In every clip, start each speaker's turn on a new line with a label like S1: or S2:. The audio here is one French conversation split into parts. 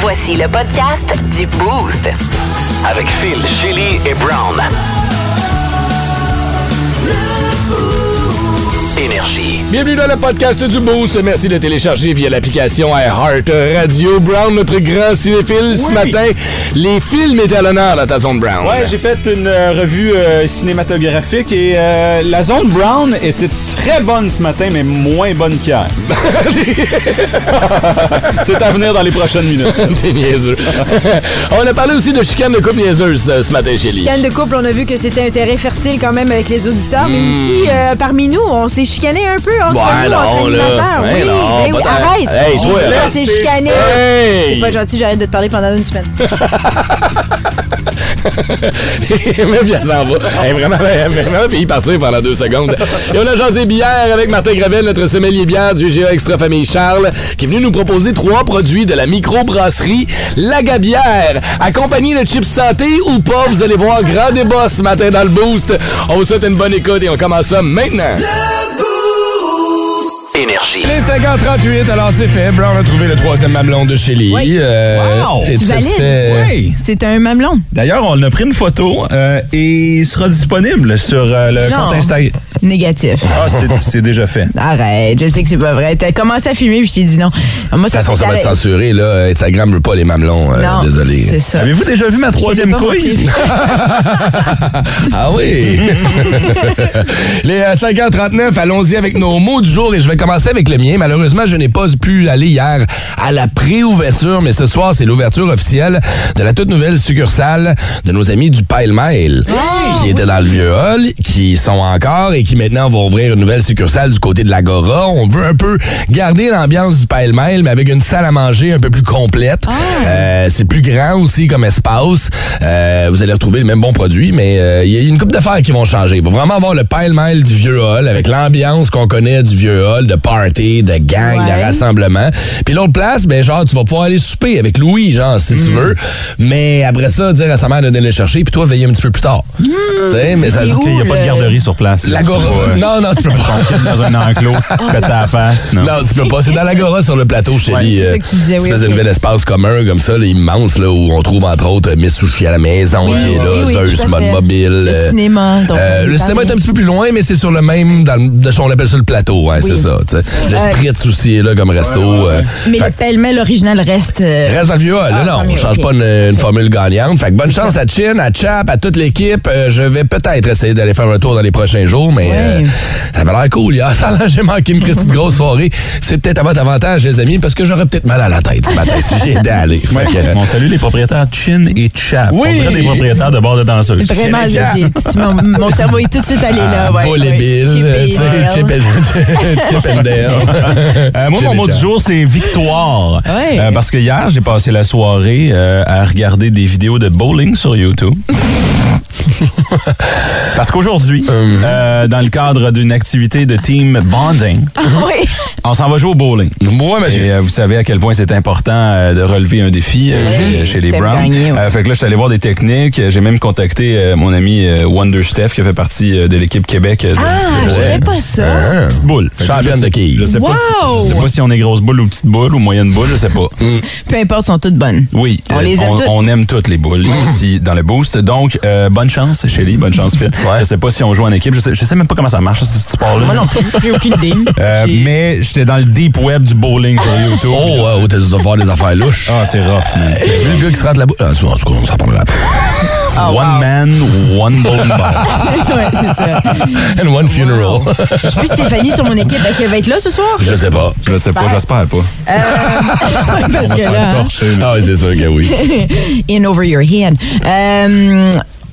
S1: Voici le podcast du Boost.
S2: Avec Phil, Chili et Brown. Énergie.
S3: Bienvenue dans le podcast du Boost. Merci de télécharger via l'application iHeart Radio. Brown, notre grand cinéphile ce
S4: Oui.
S3: matin. Les films étaient à l'honneur dans ta zone Brown.
S4: Ouais, j'ai fait une euh, revue euh, cinématographique et euh, la zone brown était très bonne ce matin, mais moins bonne qu'hier. C'est à venir dans les prochaines minutes.
S3: T'es niaiseux. On a parlé aussi de chicane de coupe niaiseuse euh, ce ce matin, Chélie.
S5: Chicane de couple, on a vu que c'était un terrain fertile quand même avec les auditeurs, mais aussi euh, parmi nous, on s'est chicané un peu entre
S3: Hmm. Ouais,
S5: nous,
S3: non,
S5: entre
S3: là.
S5: animateurs.
S3: Ouais,
S5: oui,
S3: non,
S5: ben oui,
S3: pas tant.
S5: arrête.
S3: Hey,
S5: on
S3: toi,
S5: dit,
S3: là.
S5: on s'est chicané.
S3: Hey!
S5: C'est pas gentil, j'arrête de te parler pendant une semaine.
S3: Même bien s'en va. Elle est vraiment, elle est vraiment failli partir pendant deux secondes. Et on a jasé bière avec Martin Gravel, notre sommelier bière du GA Extra Famille Charles, qui est venu nous proposer trois produits de la microbrasserie Lagabière. Accompagné de chips santé ou pas, vous allez voir grand débat ce matin dans le boost. On vous souhaite une bonne écoute et on commence ça maintenant.
S2: Énergie.
S3: Les 5h38, alors c'est fait. Brown a trouvé le troisième mamelon de Shelly.
S5: Oui.
S3: Euh,
S6: Wow!
S3: Et
S5: Tu
S3: ça se
S5: valides?
S3: fait-
S6: Oui.
S5: C'est un mamelon.
S6: Euh, D'ailleurs, on a pris une photo euh, et il sera disponible sur euh, le
S5: Non.
S6: compte Instagram.
S7: Négatif.
S6: Ah, c'est- c'est déjà fait.
S7: Arrête, je sais que c'est pas vrai. T'as commencé à filmer puis je t'ai dit non. Moi,
S3: De toute façon, ça va être censuré, là. Instagram veut pas les mamelons, euh,
S7: Non,
S3: désolé.
S7: c'est ça.
S6: Avez-vous déjà vu ma troisième
S7: pas
S6: couille?
S3: Ah oui! Les euh, 5h39, allons-y avec nos mots du jour et je vais commencer avec le mien. Malheureusement, je n'ai pas pu aller hier à la pré-ouverture, mais ce soir, c'est l'ouverture officielle de la toute nouvelle succursale de nos amis du Pile Mail, qui étaient dans le vieux hall, qui sont encore et qui maintenant vont ouvrir une nouvelle succursale du côté de l'Agora. On veut un peu garder l'ambiance du Pile Mail, mais avec une salle à manger un peu plus complète.
S7: Ah.
S3: Euh, c'est plus grand aussi comme espace. Euh, vous allez retrouver le même bon produit, mais euh, il y a une coupe d'affaires qui vont changer. Il va vraiment avoir le pile-mile du vieux hall avec l'ambiance qu'on connaît du vieux hall, de party, de gang, de
S7: Ouais.
S3: rassemblement. Puis l'autre place, ben genre, tu vas pouvoir aller souper avec Louis, genre, si
S7: Mm.
S3: tu veux. Mais après ça, dire à sa mère de venir le chercher, puis toi, veiller un petit peu plus tard. Tu sais, mais ça
S7: Mm. C'est
S6: Il n'y a
S7: où,
S6: pas de
S7: le-
S6: garderie sur place. là.
S3: L'agora.
S6: Tu peux pas, euh,
S3: Non, non, tu peux pas.
S6: tranquille dans un enclos, péter la face. Non.
S3: Non, tu peux pas. C'est dans l'Agora sur le plateau chez
S6: Ouais,
S3: lui.
S7: c'est
S3: euh,
S7: ça que tu disais, oui,
S3: espèce de
S7: ok.
S3: nouvel espace commun comme ça, là, immense, là, où on trouve entre autres euh, Miss Sushi à la maison
S7: Oui,
S3: qui est
S7: oui,
S3: là,
S7: oui,
S3: Zeus,
S7: tout à
S3: Mode
S7: fait.
S3: Mobile.
S7: Le
S3: euh,
S7: cinéma, dont
S3: euh,
S7: on
S3: le cinéma est
S7: parlait.
S3: un petit peu plus loin, mais c'est sur le même, dans le- de- on appelle ça le plateau, hein, c'est ça. tu sais. Le
S7: Euh,
S3: Spritz aussi est là comme resto. euh,
S7: Mais
S3: fait
S7: le pêle-mêle original reste. euh,
S3: Reste dans le vieux hall, là,
S7: Ah,
S3: non,
S7: tant
S3: on
S7: mieux,
S3: change
S7: ok.
S3: pas une, une formule gagnante. Fait que bonne chance à Chin, à Chap, à toute l'équipe. Euh, je vais peut-être essayer d'aller faire un tour dans les prochains jours, mais euh, ça avait l'air cool. hier. Ça, là, j'ai manqué une petite grosse soirée. C'est peut-être à votre avantage, les amis, parce que j'aurais peut-être mal à la tête ce matin si j'y étais allé. Fait que, euh,
S6: On salue les propriétaires Chin et Chap.
S3: Oui.
S6: On dirait des propriétaires de bars de danseuses.
S7: Vraiment,
S3: C'est
S7: là, j'ai- tu- mon, mon cerveau est tout de suite allé là. Ah Ouais,
S3: Paul et
S7: ouais.
S3: Bill,
S7: Chip et
S3: euh, tu sais, Chip
S7: Dale.
S3: and- Chip and Dale.
S6: Euh, moi,
S3: Chin
S6: mon
S3: et
S6: mot du
S3: Chap.
S6: jour, c'est victoire.
S7: Ouais.
S6: Euh, parce que hier, j'ai passé la soirée euh, à regarder des vidéos de bowling sur YouTube. parce qu'aujourd'hui, euh, dans le cadre d'une activité de team bonding,
S7: Oui.
S6: on s'en va jouer au bowling.
S3: Moi, monsieur.
S6: Et, euh, vous savez à quel point c'est important euh, de relever un défi euh, chez, chez les
S7: T'aimes
S6: Browns.
S7: gagner, ouais.
S6: Euh, fait que là, je suis allé voir des techniques. J'ai même contacté euh, mon ami euh, Wonder Steph qui fait partie euh, de l'équipe Québec. euh, de-
S7: Ah, je savais pas ça.
S3: Hein?
S6: Petite boule. Fait que
S3: Championne
S6: je sais-
S3: de quilles.
S6: Je sais, pas si,
S7: Wow!
S6: je sais pas si on est grosse boule ou petite boule ou moyenne boule, je sais pas.
S7: Peu importe, sont toutes bonnes.
S6: Oui, euh,
S7: On les aime toutes.
S6: on aime toutes les boules ici dans le boost. Donc, euh, bonne chance, Shelly, bonne chance, Phil. Je sais pas si on joue en équipe, je sais, je sais même pas comment ça marche, ce sport-là.
S3: Ah
S7: Moi non plus, j'ai aucune idée.
S6: Euh,
S7: J'ai-
S6: mais j'étais dans le deep web du bowling sur YouTube.
S3: Oh, ouais, oh, t'as dû avoir des affaires louches.
S6: Ah, c'est rough, man.
S3: C'est tu le gars qui se rate la bouche? Ah, en tout cas, on s'en parlera après.
S7: Ah,
S6: one
S7: wow.
S6: man, one bowling ball.
S7: ouais, c'est ça.
S3: And one funeral.
S7: Je veux Stéphanie sur mon équipe. Est-ce qu'elle va être là ce soir?
S3: Je sais pas.
S6: Je sais pas, j'espère pas.
S7: Ouais,
S6: On
S7: parce
S6: va
S7: que
S6: se faire
S7: là, hein,
S6: torcher, là.
S3: Ah, oui, c'est sûr que oui.
S7: in over your head. Euh,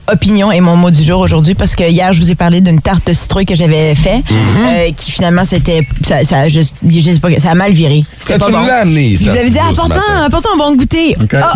S7: opinion est mon mot du jour aujourd'hui parce que hier, je vous ai parlé d'une tarte de citrouille que j'avais
S3: Mhm.
S7: fait euh, qui finalement, c'était. Ça, ça a juste. Je sais pas, ça a mal viré. C'était
S3: Ah, Tu
S7: pas bon.
S3: l'as amené,
S7: Je
S3: ça.
S7: vous avais dit, Ah,
S3: ce
S7: apportant,
S3: matin.
S7: apportant un bon goûter. Ah!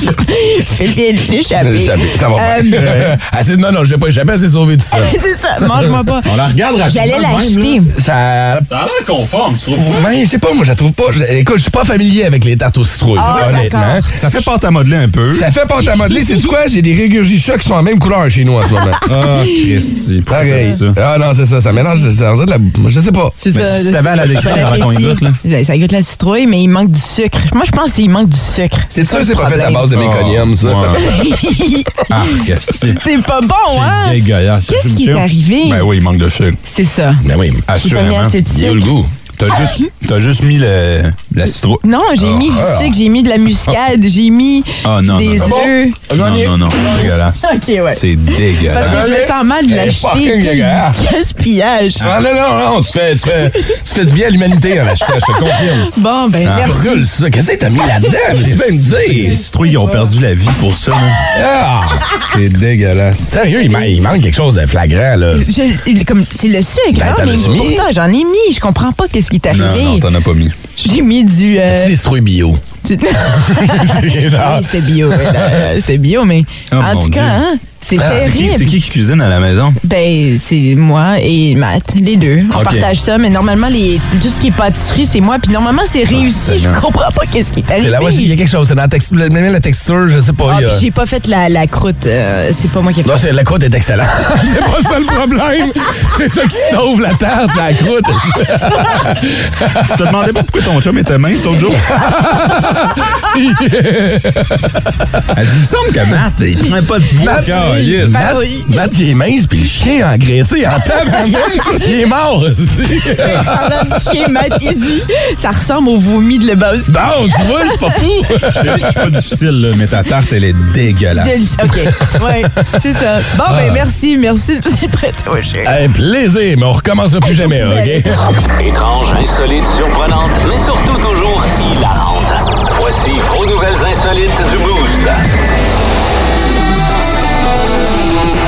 S7: eh Phil vient de
S3: Je
S7: l'échapper.
S3: savais, ça va bien.
S7: Euh,
S3: Elle s'est dit, non, non, je l'ai pas échappé, elle s'est sauvée tout seul.
S7: C'est ça, mange-moi pas.
S6: On la regarde rapidement.
S7: J'allais
S6: de même,
S7: l'acheter.
S6: là.
S3: Ça.
S6: Ça a l'air conforme, tu trouves?
S3: Ben, je sais pas, moi, je la trouve pas. Je- Écoute, je suis pas familier avec les tartes aux citrouilles,
S7: Ah,
S3: honnêtement.
S7: d'accord.
S6: Ça fait pâte à modeler un peu.
S3: Ça fait pâte à modeler. C'est quoi? J'ai des régurgichats qui sont en même couleur chez nous en ce moment.
S6: Ah, Christy, pourquoi t'as
S3: Pareil.
S6: dit ça?
S3: Ah non, c'est ça, ça mélange. Ça en dit de la... Je sais pas.
S7: C'est
S6: Mais
S7: ça.
S6: si
S7: là,
S6: t'avais à la
S7: c'est-
S6: décrire,
S7: bon
S6: on raconte une
S7: appétit.
S6: goutte, là.
S7: Ben, Ça goûte la citrouille, mais il manque du sucre. Moi, je pense qu'il manque du sucre.
S3: C'est
S7: ça
S3: sûr que
S7: le
S3: c'est pas fait à
S7: problème.
S3: base de méconium, ça.
S6: Ah, Ouais. Ah, Christy.
S7: C'est pas bon, hein?
S6: C'est dégueulasse.
S7: Qu'est-ce
S6: Tu
S7: qui
S6: me
S7: est
S6: tues?
S7: arrivé?
S6: Ben oui, il manque de sucre.
S7: C'est ça.
S3: Ben oui.
S7: J'ai pas mis
S6: Assurément.
S7: assez de
S3: Il y a
S7: sucre.
S3: le goût.
S6: T'as juste, t'as juste mis le, la citrouille.
S7: Non, j'ai mis du
S3: ah.
S7: sucre, j'ai mis de la muscade, j'ai mis
S6: Ah, non, non,
S7: des
S6: non.
S7: œufs.
S6: Non, non, non, c'est dégueulasse.
S7: Ok, ouais.
S6: C'est
S7: Parce
S6: dégueulasse.
S7: que je me sens mal de
S3: Eh,
S7: l'acheter.
S3: fucking
S7: Quel
S3: dégueulasse.
S7: gaspillage.
S3: Ah non, non, non, tu fais, tu fais, tu fais du bien à l'humanité hein, en achetant, je te confirme.
S7: Bon, ben,
S3: Ah,
S7: merci.
S3: brûle ça. Qu'est-ce que t'as mis là-dedans? Tu peux me
S6: Les
S3: dire.
S6: citrouilles, ils ont perdu la vie pour ça. là.
S3: Ah,
S6: C'est dégueulasse.
S3: sérieux, il, ma- il manque quelque chose de flagrant, là.
S7: Je- il- comme- C'est le sucre,
S3: Ben,
S7: hein,
S3: t'en
S7: mais
S3: as-tu mis?
S7: pourtant, j'en ai mis. Je comprends pas qu'est-ce qui est
S6: Non, non,
S7: arrivé.
S6: t'en as pas mis.
S7: J'ai mis du... euh,
S3: As-tu des citrouilles bio?
S6: Ah,
S7: du-
S3: Genre,
S7: Ah, Oui, c'était bio. ouais, là, là, C'était bio, mais
S6: Oh,
S7: en
S6: mon
S7: tout
S6: Dieu.
S7: cas, hein, c'est
S6: Ah, c'est qui,
S7: terrible.
S6: c'est qui qui cuisine à la maison?
S7: Ben, c'est moi et Matt, les deux. On
S6: Ok.
S7: partage ça, mais normalement, les, tout ce qui est pâtisserie, c'est moi. Puis normalement,
S6: Ah,
S7: c'est réussi. Je
S6: Seigneur.
S7: comprends pas qu'est-ce qui est arrivé.
S3: c'est là, ouais, il y a quelque chose. C'est dans la, texture, même la texture, je sais pas.
S7: Ah,
S3: il y a-
S6: euh.
S7: puis j'ai pas fait la, la croûte. euh, c'est pas moi qui ai fait.
S3: Non, c'est- la croûte est excellente. c'est pas ça le problème. C'est ça qui sauve la terre, c'est la croûte.
S6: Je te demandais pas pourquoi ton chum était mince l'autre jour. Elle dit, il me semble que Matt, il prend pas de
S3: Matt,
S6: bois.
S3: Matt, Matt,
S7: oui.
S3: Matt, il est mince, puis le chien a engraissé en tabarnak. Il est mort aussi.
S7: Parlant du chien, Matt, il dit ça ressemble au vomi de Lebowski.
S3: Non, tu vois, je suis pas fou.
S6: C'est pas difficile, là, mais ta tarte, elle est
S7: Je
S6: dégueulasse. Ah.
S7: le- OK. Ouais, c'est ça. Bon, ben, merci. Merci de vous être prêté au jeu.
S3: Un plaisir, mais on recommencera plus jamais, OK?
S2: Étrange, insolite, surprenante, mais surtout toujours hilarante. Voici vos nouvelles insolites du Boost.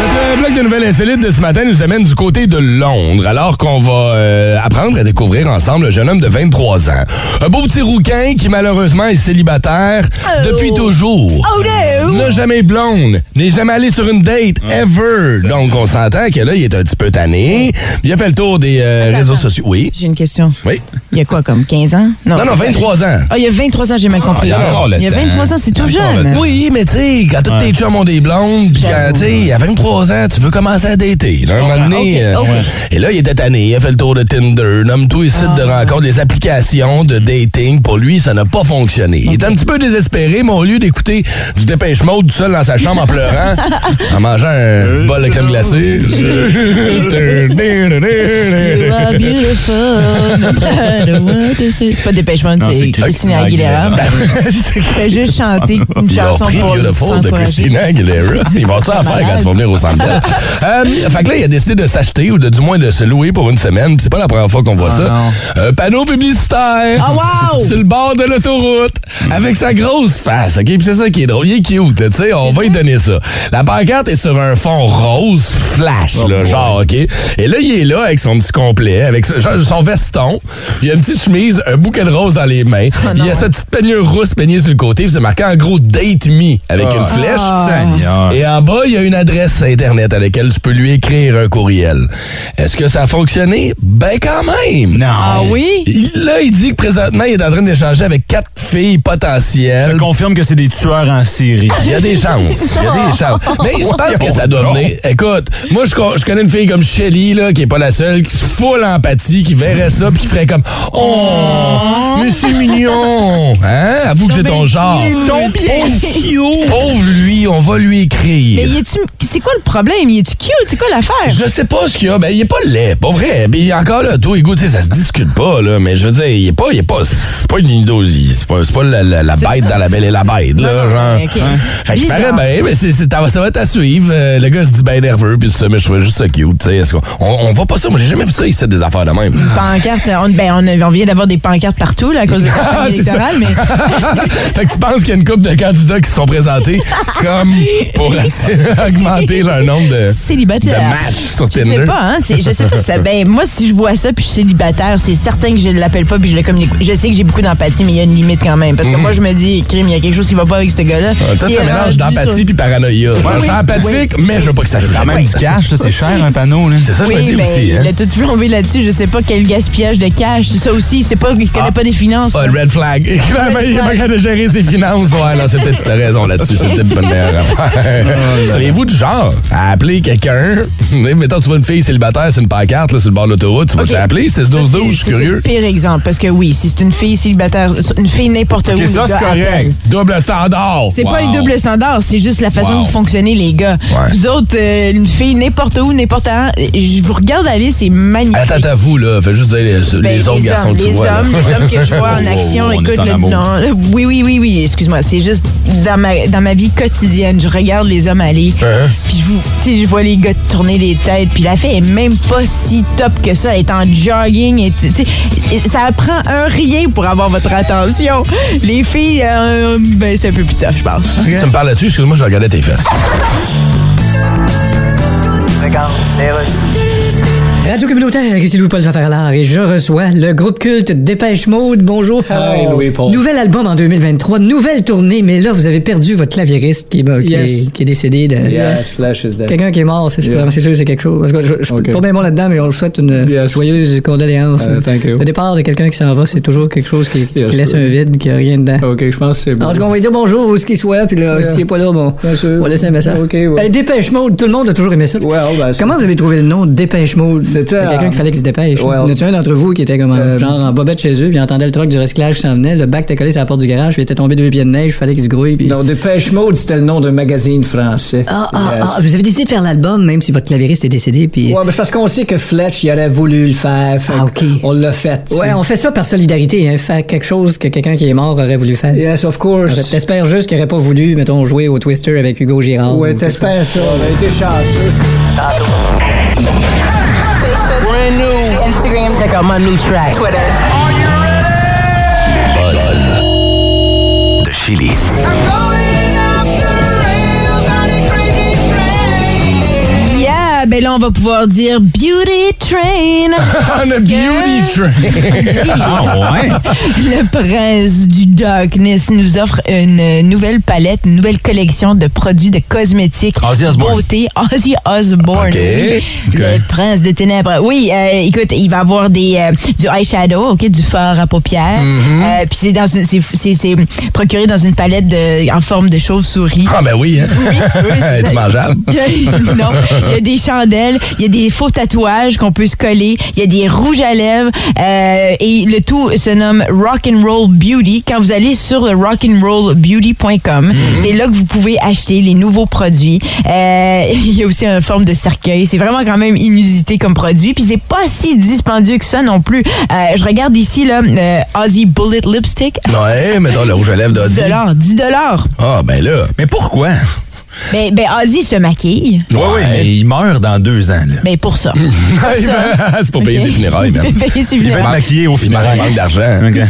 S3: Notre euh, bloc de nouvelles insolites de ce matin nous amène du côté de Londres, alors qu'on va euh, apprendre à découvrir ensemble le jeune homme de 23 ans. Un beau petit rouquin qui, malheureusement, est célibataire depuis toujours.
S6: Ah.
S7: Oh, no!
S3: n'a jamais blonde, n'est jamais allé sur une date,
S6: Ah,
S3: ever. Donc, on s'entend que là, il est un petit peu tanné. Il a fait le tour des euh, réseaux sociaux. Oui,
S7: J'ai une question.
S3: oui.
S7: Il y a quoi, comme 15 ans?
S3: Non, Ah, non, 23 ans.
S7: Ah, il y a 23 ans, j'ai mal compris.
S6: il y a encore le
S7: il y a
S6: temps.
S7: 23 ans, c'est tout jeune.
S3: Oui, mais tu sais, quand toutes tes chums ont des blondes, puis quand, tu sais, à 23 ans, tu veux commencer à dater. Là, un moment donné,
S7: Ok,
S3: euh,
S7: ok.
S3: Et là, il était tanné, il a fait le tour de Tinder, nomme tous les sites de
S7: Ah.
S3: rencontres, les applications de dating. Pour lui, ça n'a pas fonctionné. Il est un petit peu désespéré, mais au lieu d'écouter du dépêche mode seul dans sa chambre en pleurant, en mangeant un bol de crème glacée.
S7: You are beautiful, no matter what they say. C'est pas dépêchement,
S6: Non,
S7: c'est
S6: c'est
S7: Christina
S6: Christina
S7: Aguilera. Ben
S6: Aguilera.
S7: Fais juste chanter une
S3: Ils ont
S7: chanson
S3: pris
S7: pour
S3: Beautiful de
S7: s'encourager.
S3: Christina Aguilera. Ils vont ça à faire quand ils vont venir au centre Bell. euh, Fait que là, il a décidé de s'acheter ou de du moins de se louer pour une semaine. C'est pas la première fois qu'on voit ça. Un panneau publicitaire.
S7: Ah, wow!
S3: Sur le bord de l'autoroute. Avec sa grosse face. OK? Puis c'est ça qui est drôle. Il est cute. là, Tu sais, on va lui donner ça. La pancarte est sur un fond rose flash. là, genre, OK? Et là, il est là avec son petit complet, avec ce- genre, son veston. Il a une petite chemise, un bouquet de roses dans les mains. il a sa petite peignure rousse peignée sur le côté. Puis c'est marqué en gros Date Me avec une flèche.
S6: Seigneur.
S3: Et en bas, il y a une adresse Internet à laquelle tu peux lui écrire un courriel. Est-ce que ça a fonctionné? Ben quand même!
S6: Non.
S7: Ah oui?
S3: Il- là, il dit que présentement, il est en train d'échanger avec quatre filles
S6: Je
S3: potentielles.
S6: confirme que c'est des tueurs en série.
S3: Il y a des chances. Il y a des chances. Mais je pense que ça doit venir. Écoute, moi, je, con- je connais une fille comme Shelly, là, qui est pas la seule, qui se fout l'empathie, qui verrait ça, puis qui ferait comme Oh, mais c'est mignon. Hein? Avoue que c'est ton genre.
S7: Ton
S3: Pauvre, pauvre lui, on va lui écrire.
S7: Mais y est-tu- c'est quoi le problème? Y est-tu cute? C'est quoi l'affaire?
S3: Je sais pas ce qu'il y a. Ben, il est pas laid, pas vrai. Ben, il est encore là, tout égout, tu sais, ça se discute pas, là. Mais je veux dire, il est pas, il est pas, c'est pas une idole. C'est pas, c'est pas la, la- la
S7: C'est
S3: bête
S7: ça,
S3: dans la
S7: c'est
S3: belle et la bête, là.
S7: Non, non,
S3: genre. Hein?
S7: mais ok.
S3: Fait que je
S7: Bizarre.
S3: parais bien, mais c'est, c'est- ça va être à suivre. Euh, le gars se dit ben nerveux, puis tout ça, mais je trouve juste ça cute, tu sais. Est-ce qu'on- On, on voit pas ça. Moi, j'ai jamais vu ça, ici, des affaires de même.
S7: Pancarte, on, ben, on, on vient d'avoir des pancartes partout là, à cause des campagnes
S3: C'est ça.
S7: électorales, mais
S3: fait que tu penses qu'il y a une couple de candidats qui se sont présentés comme pour attirer- augmenter leur nombre de, de, de
S7: célibataire.
S3: match sur
S7: Je
S3: Tinder.
S7: sais pas, hein? c'est- Je sais pas si ça. Ben, moi, si je vois ça puis je suis célibataire, c'est certain que je l'appelle pas puis je le communique. Je sais que j'ai beaucoup d'empathie, mais il y a une limite quand même. Parce que moi, je me dis, crime, il y a quelque chose qui va pas avec ce gars-là.
S3: Mhm. Ah, Toi,
S7: Il
S3: tu
S7: est
S3: mélanges
S7: rendu
S3: d'empathie
S7: sur-
S3: puis paranoïa. je suis empathique, mais je veux pas que ça joue.
S6: Quand même du cash, là, c'est cher un panneau. Là.
S3: C'est ça, que je me
S7: Oui,
S3: dis
S7: mais
S3: aussi.
S7: il
S3: hein.
S7: a tout plombé là-dessus. Je sais pas quel gaspillage de cash. Ça aussi, c'est pas il connaît
S3: Ah.
S7: pas des finances.
S3: Ah, le red flag. Clairement, il est pas capable de gérer ses finances. Ouais, non, c'est peut-être t'as raison là-dessus. C'est peut-être pas le meilleur affaire. Seriez-vous du genre à appeler quelqu'un? Eh, Mettons, tu vois une fille célibataire, c'est une pancarte là, sur le bord de l'autoroute. Tu vas-tu
S7: Ok.
S3: appeler? C'est
S7: Ça,
S3: 12 12 je
S7: c'est-
S3: suis
S7: c'est
S3: curieux.
S7: le pire exemple, parce que oui, si c'est une fille célibataire, une fille n'importe où.
S6: OK,
S7: les
S6: ça, c'est
S7: gars appellent.
S6: correct.
S3: Double standard.
S7: C'est pas
S3: Wow.
S7: un double standard, c'est juste la façon
S3: Wow.
S7: dont vous fonctionnez, les gars.
S3: Ouais.
S7: Vous autres, euh, une fille n'importe où, n'importe quand, je vous regarde aller, c'est magnifique.
S3: Attends, à vous, là. Fais juste dire les,
S7: Ben,
S3: les autres garçons
S7: hommes,
S3: que tu
S7: les
S3: vois. là.
S7: hommes, les hommes que je vois en
S6: Wow,
S7: action,
S6: on est
S7: écoute,
S6: en
S7: le-
S6: amour.
S7: non, oui, oui, oui, oui, excuse-moi, c'est juste dans ma, dans ma vie quotidienne, je regarde les hommes aller,
S3: Hein?
S7: puis je, vous- tu sais, je vois les gars tourner les têtes, puis la fille est même pas si top que ça, elle est en jogging, et, tu sais, et ça prend un rien pour avoir votre attention. Les filles, euh, ben, c'est un peu plus tough, je pense.
S3: Tu me parles là-dessus? Excuse-moi, je regardais tes fesses.
S8: Radio communautaire, ici Louis-Paul Fafaralard et je reçois le groupe culte Dépêche Mode. Bonjour.
S9: Hi, Louis-Paul.
S8: Nouvel album en 2023, nouvelle tournée, mais là, vous avez perdu votre claviériste qui est, bah, qui est-
S9: Yes.
S8: qui est décédé de.
S9: Yes, Flash is dead.
S8: Quelqu'un qui est mort, c'est
S9: Yeah.
S8: c'est sûr, c'est quelque chose. En tout cas, je- je-
S9: Ok.
S8: pas bien bon là-dedans, mais on le souhaite une
S9: Yes.
S8: joyeuse condoléance.
S9: Euh, thank you.
S8: Le départ de quelqu'un qui s'en va, c'est toujours quelque chose qui, qui
S9: Yes,
S8: laisse
S9: sir. Ah
S8: un vide, qui a rien dedans.
S9: Ok, je pense que c'est bon.
S8: En tout cas, on va lui dire bonjour où ce qu'il soit, puis là,
S9: Yeah.
S8: s'il n'est pas là, bon,
S9: Bien sûr.
S8: on va laisser un message.
S9: Ok, ouais.
S8: Hey, dépêche Mode, tout le monde a toujours aimé ça.
S9: Well, ben, c'est-
S8: Comment vous avez trouvé le nom Dépêche Mode
S9: C'était,
S8: Il y a quelqu'un
S9: euh,
S8: qui fallait qu'il se dépêche.
S9: ouais.
S8: Y en a-tu un d'entre vous qui était comme euh,
S9: Euh,
S8: genre en bobette chez eux, puis il entendait le truc du recyclage qui s'en venait, le bac était collé sur la porte du garage, puis il était tombé deux pieds de neige, il fallait qu'il se grouille. Puis...
S9: Non, Dépêche Mode, c'était le nom d'un magazine français.
S8: Ah, ah,
S9: Yes.
S8: ah, vous avez décidé de faire l'album, même si votre clavieriste est décédé, puis.
S9: Ouais, mais c'est parce qu'on sait que Fletch, il aurait voulu le faire. fait
S8: Ah, ok.
S9: On l'a fait.
S8: Ouais, on fait ça par solidarité, hein, faire quelque chose que quelqu'un qui est mort aurait voulu faire.
S9: Yes, of course.
S8: Je- T'espères juste qu'il aurait pas voulu, mettons, jouer au Twister avec Hugo Girard.
S9: Ouais,
S8: ou quelque
S9: t'espères ça. On a été chanceux.
S2: De Chili.
S7: Yeah, ben là, on va pouvoir dire Beauty
S3: On
S7: Train.
S3: a
S7: Parce que
S3: beauty train.
S6: Ah, ouais.
S7: Le prince du darkness nous offre une nouvelle palette, une nouvelle collection de produits de cosmétiques.
S6: Ozzy Osbourne.
S7: Beauté. Ozzy Osbourne.
S3: Ok,
S7: oui. Le prince des ténèbres. Oui, euh, écoute, il va avoir des, euh, du eyeshadow, ok, du fard à paupières.
S3: Mhm.
S7: Euh, Puis c'est dans une- c'est- c'est c'est procuré dans une palette de, en forme de chauve-souris.
S3: Ah, ben oui, hein.
S7: Oui, oui, c'est
S3: Es-tu
S7: ça.
S3: mangeable?
S7: non, il y a des chandelles, il y a des faux tatouages qu'on peut se coller, il y a des rouges à lèvres euh, et le tout se nomme Rock and Roll Beauty. Quand vous allez sur le rockandrollbeauty.com, c'est là que vous pouvez acheter les nouveaux produits. Euh, il y a aussi une forme de cercueil. C'est vraiment quand même inusité comme produit, puis c'est pas si dispendieux que ça non plus. Euh, je regarde ici là, euh, Aussie Bullet Lipstick,
S3: Ouais, mettons le rouge à lèvres d'Audi.
S7: 10 10 dollars.
S3: Ah, ben là.
S6: Mais pourquoi?
S7: Ben, ben Ozzy se maquille,
S6: Oui, oui, mais il meurt dans deux ans. Là.
S7: mais pour ça.
S3: Ah, c'est pour payer
S7: Ok.
S3: ses funérailles, man.
S7: Payer ses
S6: Il va
S7: funérailles.
S6: être maquillé au
S3: Il
S6: final.
S3: manque manque d'argent.
S6: Ok.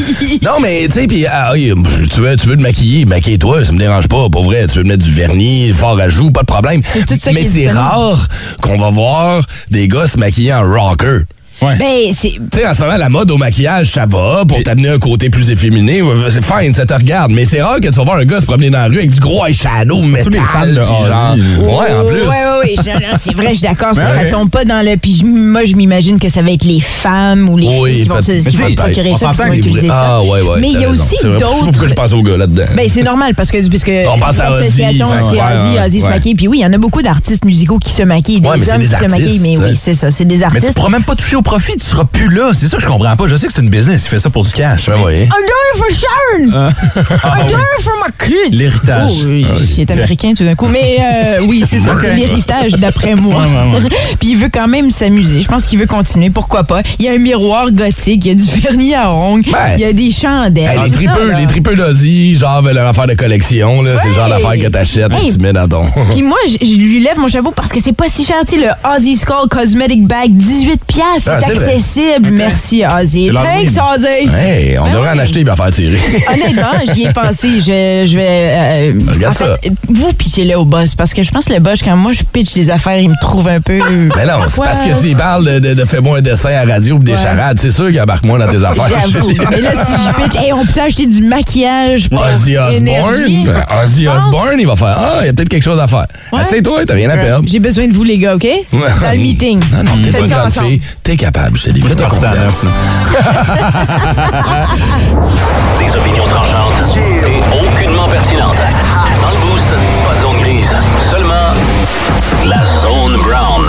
S3: Non, mais, tu sais, puis, ah, oui, tu, veux, tu veux te maquiller, maquille-toi, ça me dérange pas, pour vrai. Tu veux mettre du vernis, fort à joues, pas de problème.
S7: tout ça
S3: Mais
S7: qui
S3: c'est
S7: est disponible.
S3: rare qu'on va voir des gars se maquiller en rocker.
S6: Ouais.
S7: Ben, c'est.
S3: Tu sais, en ce moment, la mode au maquillage, ça va, pour t'amener un côté plus efféminé, ouais, c'est fine, ça te regarde. Mais c'est rare que tu vas voir un gars se promener dans la rue avec du gros eyeshadow, métal,
S6: les fans de
S3: puis genre...
S6: Ozzy,
S3: Ouais, en plus.
S7: Oh, Ouais, ouais, ouais. je- non, c'est vrai, je suis d'accord. Ça,
S6: Ben
S7: ça
S6: ouais.
S7: tombe pas dans le. Puis je- moi, je m'imagine que ça va être les femmes ou les
S3: Oui,
S7: filles qui vont
S3: peut-
S7: se, qui
S3: mais
S7: vont se
S3: peut-être.
S7: procurer
S6: On
S7: ça, qui
S6: s'entend
S7: vont
S6: que-
S7: utiliser ça.
S3: Ah, ouais, ouais.
S7: mais il y
S3: t'as
S7: a
S3: raison.
S7: aussi
S3: C'est vrai. Je sais pas pourquoi je
S7: d'autres.
S3: pense aux gars là-dedans.
S7: Ben, c'est normal parce que, parce que
S3: On pense à
S7: l'association,
S3: Ozzy,
S7: c'est
S3: fait que-
S7: Ozzy,
S3: ouais,
S7: Ozzy se
S3: ouais.
S7: maquille. Puis oui, il y en a beaucoup d'artistes musicaux qui se maquillent, des
S3: Ouais, mais c'est
S7: hommes
S3: des
S7: qui se
S3: artistes,
S7: maquillent, mais
S3: ouais.
S7: oui, c'est ça, c'est des
S6: Mais tu
S7: artistes.
S6: pourras même pas toucher au profit, tu seras plus là. C'est ça que je comprends pas. Je sais que c'est une business, il fait ça pour du cash.
S3: Ben, oui.
S7: I'm doing it for Sharon! I'm doing it for my kids!
S6: L'héritage.
S7: Oh, oui, il est américain tout d'un coup. Mais euh, oui, c'est ça,
S6: Ok.
S7: c'est l'héritage d'après moi.
S6: Ouais, ouais,
S7: Puis il veut quand même s'amuser. Je pense qu'il veut continuer, pourquoi pas. Il y a un miroir gothique, il y a du vernis à ongles,
S3: Ben.
S7: il y a des chandelles.
S3: Hey, les
S7: Ah, C'est ça,
S3: tripeux,
S7: là.
S3: les tripeux d'Ozzy, genre veulent leur affaire de collection, là. C'est le genre d'affaire que t'achètes et
S7: Hey.
S3: tu mets dans ton.
S7: Puis moi, je, je lui lève mon chapeau parce que c'est pas si cher. Tu sais, le Aussie Skull Cosmetic Bag, 18 piastres.
S3: Ah,
S7: c'est
S3: c'est vrai.
S7: accessible. Merci, Ozzy.
S6: C'est l'Halloween.
S7: Thanks, Ozzy.
S3: Hey, on
S7: Ben
S3: devrait en
S7: oui.
S3: acheter et en faire tirer.
S7: Honnêtement, j'y ai pensé. Je, je vais. euh,
S3: Regarde
S7: en fait,
S3: ça.
S7: vous pitchez-le au boss parce que je pense que le boss, quand moi je pitch des affaires, il me trouve un peu.
S3: Mais non, c'est parce que tu y parles de, de, de fais-moi un dessin à radio pis des
S7: Ouais.
S3: charades. C'est sûr qu'il embarque moins dans tes affaires.
S7: J'avoue.
S3: Julie.
S7: Mais là, si je pitch, hey, on peut acheter du maquillage pour
S3: Ozzy
S7: énergie.
S3: Osbourne. Ben, Ozzy
S7: Je pense-
S3: Osbourne, il va faire Ah, il y a peut-être quelque chose à faire.
S7: Ouais.
S3: Assieds-toi, t'as rien à perdre.
S7: J'ai besoin de vous, les gars, OK? Dans le meeting.
S3: Non, non, t'es
S7: Faites
S3: une
S7: ça
S3: grande
S7: ensemble.
S3: fille. T'es capable, Chélie. Fais-toi
S6: parti à
S3: confiance.
S2: Des opinions tranchantes et aucunement pertinentes. Dans le boost, pas de zone grise, seulement la zone brown.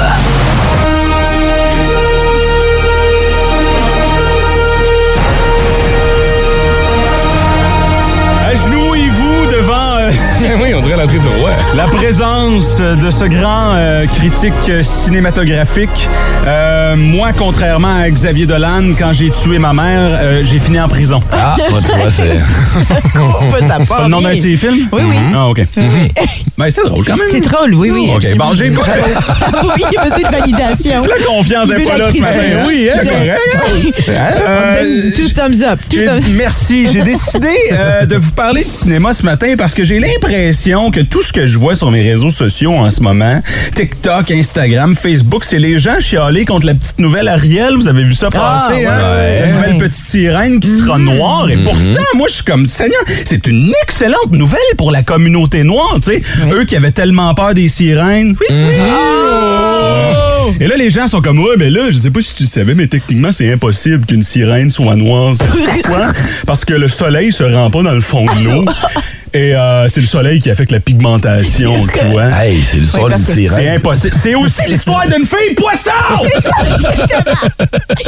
S6: Agenouillez-vous devant euh,
S3: Eh oui, on dirait l'entrée du roi.
S6: la présence de ce grand euh, critique cinématographique. Euh, moi, contrairement à Xavier Dolan, quand j'ai tué ma mère, euh, j'ai fini en prison.
S3: Ah, moi, tu vois, c'est.
S7: On va ça
S6: Pas
S7: part
S6: le nom
S7: bien.
S6: d'un de ses films?
S7: Oui, oui.
S6: Ah, OK. Ben, c'était drôle quand même.
S7: C'est drôle, oui, oui.
S6: OK, bon, j'ai
S7: oui, il y a besoin de validation.
S6: La confiance
S7: Il
S6: n'est
S7: veut la
S6: pas là ce
S7: critique.
S6: matin.
S3: Oui, hein,
S7: Je-
S6: Euh,
S7: Donne Tout thumbs up. Tout
S6: J'ai-
S7: thumbs-
S6: Merci. J'ai décidé euh, de vous parler de cinéma ce matin parce que j'ai l'impression que tout ce que je vois sur mes réseaux sociaux en ce moment, TikTok, Instagram, Facebook, c'est les gens chialer contre la petite nouvelle Ariel. Vous avez vu ça passer,
S7: ouais.
S6: hein? La nouvelle petite sirène qui sera noire. Et pourtant, moi, je suis comme, Seigneur, c'est une excellente nouvelle pour la communauté noire, tu sais. Eux qui avaient tellement peur des sirènes. Oui, Ah! oui. Et là, les gens sont comme, ouais, mais là, je sais pas si tu savais, mais techniquement, c'est impossible qu'une sirène soit noire. C'est pourquoi? Parce que le soleil se rend pas dans le fond de l'eau. Et euh, c'est le soleil qui affecte la pigmentation, tu vois.
S3: Hey, c'est l'histoire
S7: Oui,
S3: d'une
S7: parce que-
S6: C'est
S3: sirène.
S6: impossible. C'est aussi l'histoire d'une fille poisson!